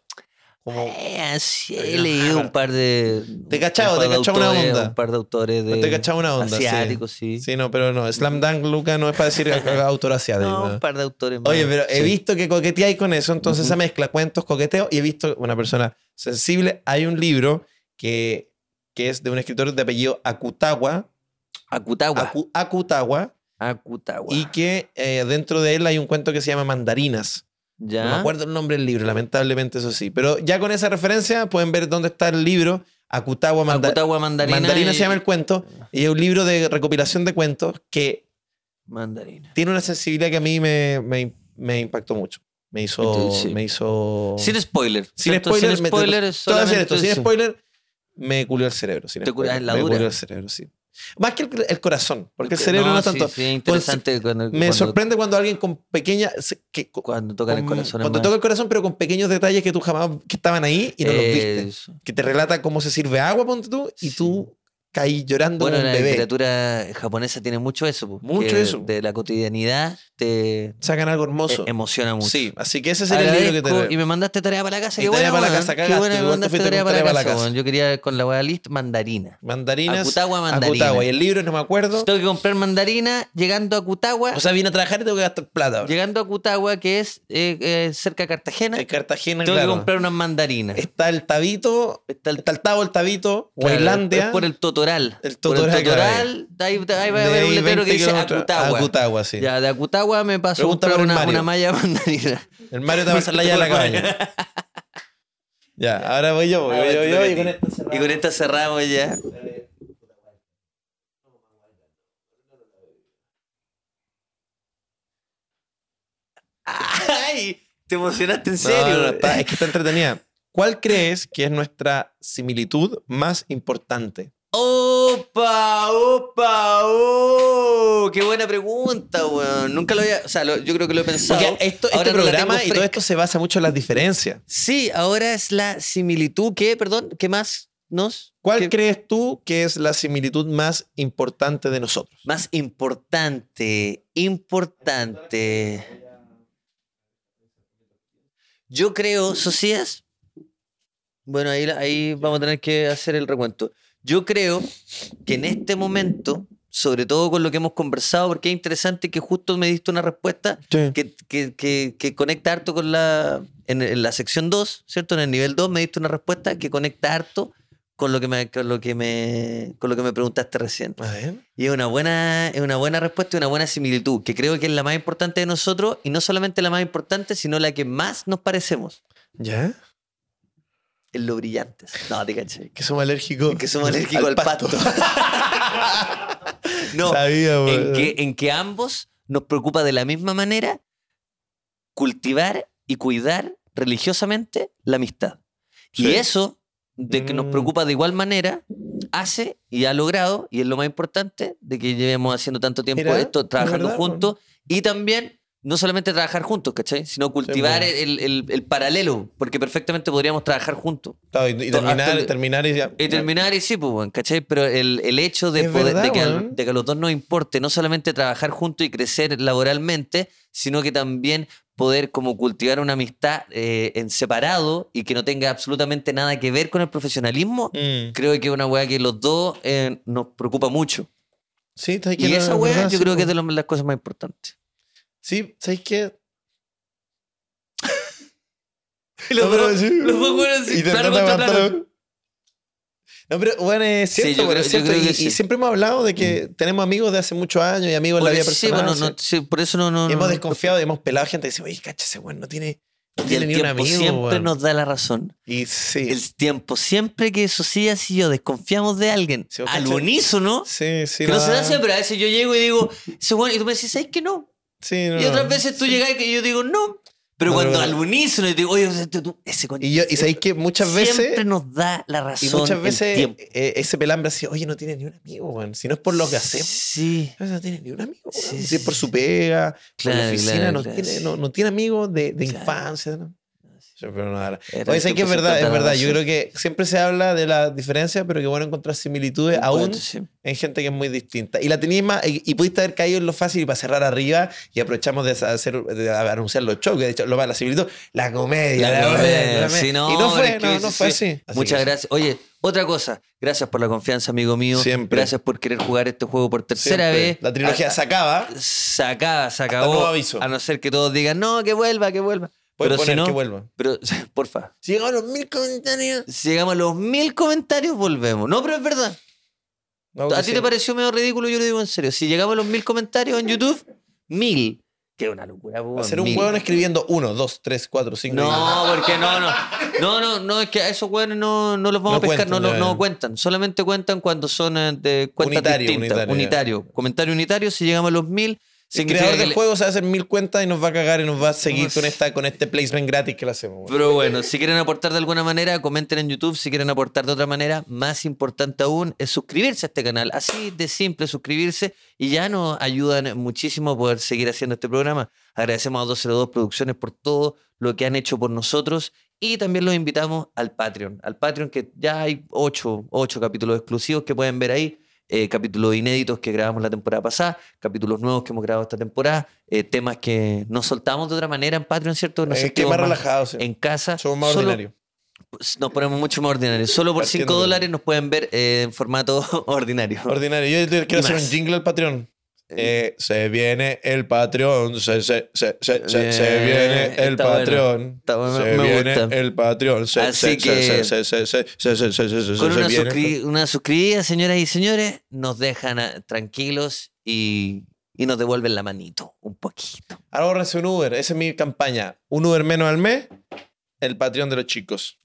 S4: Como,
S3: Eh, sí,
S4: Ay,
S3: he
S4: no,
S3: leído
S4: ah,
S3: un par de.
S4: Te he cachado,
S3: un par
S4: te he
S3: de
S4: cachado una
S3: autores,
S4: onda.
S3: Un par de autores de.
S4: te he cachado una onda, sí.
S3: Asiáticos, sí.
S4: sí, no, pero no. Slam Dunk, Luca, no es para decir autor asiático.
S3: No,
S4: ¿no?
S3: un par de autores más.
S4: Oye, pero he
S3: sí.
S4: visto que coqueteáis con eso, entonces esa mezcla cuentos, coqueteo, y he visto una persona sensible. Hay un libro que, que es de un escritor de apellido Akutawa,
S3: Acutagua.
S4: Aku- Akutawa, ah,
S3: Acutagua.
S4: y que eh, dentro de él hay un cuento que se llama Mandarinas.
S3: ya.
S4: No me acuerdo el nombre del libro, lamentablemente, eso sí. Pero ya con esa referencia pueden ver dónde está el libro. Akutawa Mandarinas.
S3: Acutagua mandarina.
S4: Mandarina
S3: y-
S4: se llama el cuento y es un libro de recopilación de cuentos que
S3: Mandarina.
S4: tiene una sensibilidad que a mí me, me- me impactó mucho. Me hizo...
S3: Entonces, sí.
S4: Me hizo...
S3: Sin spoiler.
S4: Oh. Sin
S3: ¿cierto?
S4: spoiler,
S3: Sin
S4: me-
S3: spoiler
S4: te-
S3: es
S4: te voy a decir
S3: solamente
S4: esto, sin
S3: eso.
S4: spoiler, me culió el cerebro. Sin
S3: Te cura-
S4: spoiler,
S3: la
S4: me
S3: dura.
S4: culió el cerebro, sí. Más que el, el corazón, porque el
S3: No,
S4: cerebro no, es
S3: sí,
S4: tanto.
S3: Sí, es interesante cuando,
S4: Me
S3: cuando-
S4: sorprende cuando alguien con pequeña... se- que- con-
S3: cuando tocan el corazón.
S4: cuando toca el corazón, pero con pequeños detalles que tú jamás... que estaban ahí y no
S3: Eh,
S4: los viste. que te relata cómo se sirve agua, ponte tú, y
S3: Sí.
S4: tú caí llorando
S3: Bueno,
S4: como
S3: la
S4: un bebé.
S3: literatura japonesa tiene mucho eso. po,
S4: Mucho
S3: que
S4: eso.
S3: De la cotidianidad te
S4: Sacan algo hermoso.
S3: eh, emociona mucho.
S4: sí, así que ese es el libro que te
S3: Agradezco, Y
S4: leo.
S3: me mandaste tarea para la casa.
S4: Y
S3: Qué
S4: tarea
S3: bueno,
S4: para la
S3: weón.
S4: casa,
S3: Qué
S4: cagaste,
S3: bueno que
S4: igual te
S3: mandaste
S4: fuiste
S3: tarea
S4: con
S3: para la
S4: tarea
S3: casa.
S4: para la casa.
S3: weón. Yo quería con la hueá list mandarina.
S4: Mandarinas.
S3: Acutagua, mandarina.
S4: Acutagua. Y el libro, no me acuerdo.
S3: Tengo que comprar mandarina llegando a Cutagua.
S4: O sea, vine a trabajar y tengo que gastar plata. ahora.
S3: llegando a Cutagua, que es eh, eh, cerca de Cartagena.
S4: En Cartagena,
S3: Tengo
S4: claro.
S3: que comprar unas mandarinas.
S4: Está el Tabito,
S3: Está el-
S4: está el Tabo, el Tabito,
S3: Claro,
S4: Guailandia.
S3: es por el Totoral.
S4: El
S3: Por
S4: Totoral,
S3: Totoral, ahí, ahí va a
S4: de
S3: haber
S4: ahí
S3: un letrero
S4: 20
S3: que dice
S4: kilómetros.
S3: Acutagua.
S4: Acutagua, sí.
S3: Ya, de Acutagua me pasó
S4: Pregunta
S3: a
S4: por el
S3: comprar una,
S4: Mario.
S3: una malla de mandarina.
S4: El Mario te va a pasar la llave a la cabaña. ya, ahora voy yo, voy
S3: Ah,
S4: yo, voy yo, y con esto cerramos.
S3: Y con esta cerramos ya. ¡Ay! Te emocionaste en
S4: No, no,
S3: serio.
S4: no, está- es que está entretenida. ¿Cuál crees que es nuestra similitud más importante?
S3: ¡Opa! ¡Opa! ¡Oh! ¡Qué buena pregunta, weón! Nunca lo había. O sea, lo- yo creo que lo he pensado.
S4: Porque esto, este
S3: Ahora no la
S4: programa
S3: tengo
S4: y todo
S3: fresca.
S4: esto se basa mucho en las diferencias.
S3: Sí, ahora es la similitud. ¿Qué? Perdón, ¿qué más nos?
S4: ¿Cuál
S3: ¿Qué
S4: crees tú que es la similitud más importante de nosotros?
S3: más importante? Importante. Yo creo, Socias. Bueno, ahí, la- ahí vamos a tener que hacer el recuento. Yo creo que en este momento, sobre todo con lo que hemos conversado, porque es interesante que justo me diste una respuesta que, que- que- que conecta harto con la. En, en la sección 2, ¿cierto? En el nivel 2 me diste una respuesta que conecta harto con lo que me, con lo que me, con lo que me preguntaste recién.
S4: A ver.
S3: Y es una, buena, es una buena respuesta y una buena similitud, que creo que es la más importante de nosotros, y no solamente la más importante, sino la que más nos parecemos.
S4: ¿Ya?
S3: En lo brillantes. No, te caché.
S4: Que somos alérgicos.
S3: Que somos alérgicos al, pasto. no,
S4: Sabía,
S3: en
S4: weón.
S3: que, en que ambos nos preocupa de la misma manera cultivar y cuidar religiosamente la amistad.
S4: Sí.
S3: Y eso, de que nos
S4: Mm.
S3: preocupa de igual manera, hace y ha logrado, y es lo más importante, de que llevemos haciendo tanto tiempo
S4: Mira,
S3: esto,
S4: es
S3: trabajando
S4: verdad,
S3: juntos, y también no solamente trabajar juntos, ¿cachai? Sino cultivar
S4: bueno.
S3: el, el- el paralelo, porque perfectamente podríamos trabajar juntos.
S4: Claro, y, y
S3: To-
S4: terminar,
S3: hasta-
S4: terminar y ya.
S3: Y terminar y sí, pues, weón, ¿cachai? Pero el, el hecho de,
S4: Es
S3: poder-
S4: verdad,
S3: de, que, al-
S4: weón.
S3: de que a los dos nos importe no solamente trabajar juntos y crecer laboralmente, sino que también poder como cultivar una amistad eh, en separado y que no tenga absolutamente nada que ver con el profesionalismo,
S4: Mm.
S3: creo que es una weá que los dos eh, nos preocupa mucho.
S4: Sí, ¿sabes
S3: Y
S4: qué?
S3: esa
S4: No,
S3: weá
S4: verdad,
S3: yo
S4: sí,
S3: creo que
S4: po.
S3: es de lo- las cosas más importantes.
S4: Sí, ¿sabes qué?
S3: Y los
S4: No, pero
S3: dos-
S4: sí.
S3: los dos weones así,
S4: Y te trata
S3: plano
S4: de
S3: contra plano.
S4: aguantar. No, pero bueno, es
S3: Sí, yo
S4: cierto, bueno,
S3: creo-
S4: es
S3: yo
S4: cierto.
S3: creo
S4: Y,
S3: que
S4: y
S3: sí.
S4: siempre hemos hablado de que tenemos amigos de hace muchos años y amigos en la
S3: Porque
S4: vida
S3: sí,
S4: personal.
S3: bueno, no-
S4: sí.
S3: sí, por eso no... no,
S4: Y
S3: no-
S4: hemos desconfiado y hemos pelado gente que dice, oye, cacha, ese weón no tiene, no
S3: y
S4: tiene
S3: el
S4: ni un
S3: tiempo
S4: amigo.
S3: siempre
S4: weón".
S3: nos da la razón.
S4: Y sí,
S3: El tiempo, siempre que Socias y yo desconfiamos de alguien,
S4: Sí, vos
S3: al
S4: cachai.
S3: unísono,
S4: sí, eh. sí.
S3: que no se da
S4: da-
S3: siempre, a veces yo llego y digo, "Ese weón", y tú me decís, ¿sabes que no?
S4: Sí, no,
S3: Y otras
S4: no.
S3: veces tú llegas y yo digo, no. Pero
S4: No,
S3: cuando
S4: no, no.
S3: al unísono, yo digo, oye, ese, tú- ese coño.
S4: Y, yo, y sabéis que muchas veces...
S3: Siempre nos da la razón.
S4: Y muchas
S3: el
S4: veces
S3: tiempo.
S4: eh, ese pelambre así, oye, no tiene ni un amigo, weón. Si no es por lo que hacemos,
S3: Sí.
S4: no tiene ni un amigo. weón.
S3: Sí,
S4: si es por
S3: sí,
S4: su
S3: sí.
S4: pega, por
S3: Claro,
S4: la oficina,
S3: claro,
S4: no,
S3: claro,
S4: tiene,
S3: sí.
S4: no, no tiene amigos de, de
S3: Claro.
S4: infancia. ¿no? Sí, Pero no, ahora-
S3: Era
S4: Oye,
S3: el
S4: sé que es
S3: 100%
S4: verdad,
S3: de
S4: es
S3: la
S4: verdad. Yo
S3: razón.
S4: creo que siempre se habla de las diferencias, pero que bueno encontrar similitudes aún
S3: Sí.
S4: en gente que es muy distinta. Y la tenías más, eh, y, y pudiste haber caído en lo fácil y para cerrar arriba y aprovechamos de, hacer, de anunciar los shows, que de hecho lo más la similitud, la comedia.
S3: La
S4: la
S3: comedia,
S4: comedia, la comedia.
S3: sí, no,
S4: y no
S3: pero
S4: fue,
S3: es que
S4: no,
S3: sí,
S4: no fue
S3: sí.
S4: así. Así
S3: Muchas
S4: que-
S3: gracias. Oye, otra cosa. Gracias por la confianza, amigo mío.
S4: Siempre.
S3: Gracias por querer jugar este juego por tercera
S4: Siempre.
S3: vez.
S4: La trilogía
S3: Ah,
S4: se acaba.
S3: se acaba, se acabó.
S4: nuevo aviso.
S3: A no ser que todos digan, no, que vuelva, que vuelva.
S4: Puedes
S3: pero si
S4: poner
S3: no,
S4: que vuelva.
S3: pero, porfa,
S4: Si llegamos a los mil comentarios.
S3: si llegamos a los mil comentarios, volvemos. No, pero es verdad. ¿A ti te pareció medio ridículo? Yo lo digo en serio. Si llegamos a los mil comentarios en YouTube, mil. Qué una locura,
S4: Va a
S3: weón,
S4: ser un
S3: mil.
S4: hueón escribiendo 1, 2, 3, 4, 5.
S3: No, porque no, no. No, no, no, es que a esos hueones no, no los vamos
S4: No
S3: a pescar,
S4: cuentan,
S3: no, lo-
S4: ya,
S3: no
S4: ya.
S3: cuentan. Solamente cuentan cuando son eh, de cuentas
S4: Unitario,
S3: distintas.
S4: unitario,
S3: Unitario, Comentario unitario, si llegamos a los mil,
S4: El
S3: significa
S4: creador
S3: que
S4: del
S3: le-
S4: juego se va a hacer mil cuentas y nos va a cagar y nos va a seguir
S3: Uf.
S4: con, esta, con este placement gratis que le hacemos. weón.
S3: Pero bueno, si quieren aportar de alguna manera, comenten en YouTube. Si quieren aportar de otra manera, más importante aún es suscribirse a este canal. Así de simple, suscribirse y ya nos ayudan muchísimo a poder seguir haciendo este programa. Agradecemos a 202 Producciones por todo lo que han hecho por nosotros y también los invitamos al Patreon. Al Patreon que ya hay ocho, ocho capítulos exclusivos que pueden ver ahí. eh, capítulos inéditos que grabamos la temporada pasada, capítulos nuevos que hemos grabado esta temporada, eh, temas que nos soltamos de otra manera en Patreon, ¿cierto? Nos
S4: Eh, que
S3: sentimos
S4: más relajados, sí.
S3: En casa.
S4: Somos más
S3: solo-
S4: ordinarios.
S3: Nos ponemos mucho más ordinarios. Solo por
S4: Partiendo
S3: 5
S4: de-
S3: dólares nos pueden ver eh, en formato ordinario.
S4: Ordinario. Yo quiero
S3: Y
S4: hacer
S3: más.
S4: un jingle al Patreon. Eh, se viene el Patreon. Se, se, se, se, se, se
S3: Bien,
S4: viene el
S3: está bueno.
S4: Patreon.
S3: Está bueno,
S4: Se
S3: me
S4: viene
S3: gusta.
S4: el Patreon. Se,
S3: Así
S4: se, se,
S3: que-
S4: se, se, se, se, se, se, se, se,
S3: Con
S4: se
S3: una,
S4: viene.
S3: suscri- una suscribida, señoras y señores, nos dejan ah, tranquilos y, y nos devuelven la manito un poquito.
S4: Ahora bórrense un Uber. Esa es mi campaña. Un Uber menos al mes. El Patreon de los chicos.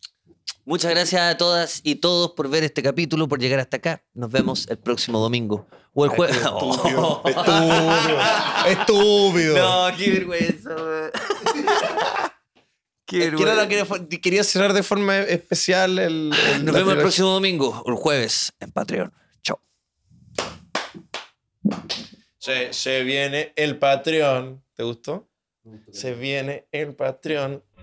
S3: Muchas gracias a todas y todos por ver este capítulo, por llegar hasta acá. Nos vemos el próximo domingo. O el jueves.
S4: Estúpido. Estúpido. Estúpido.
S3: no, qué vergüenza. qué
S4: Es que
S3: vergüenza.
S4: no lo quería, fo- quería cerrar de forma especial el. el-
S3: Nos
S4: la
S3: vemos el
S4: trilogía.
S3: próximo domingo, o el jueves, en Patreon. Chao.
S4: Se, se viene el Patreon. ¿Te gustó? Se viene el Patreon.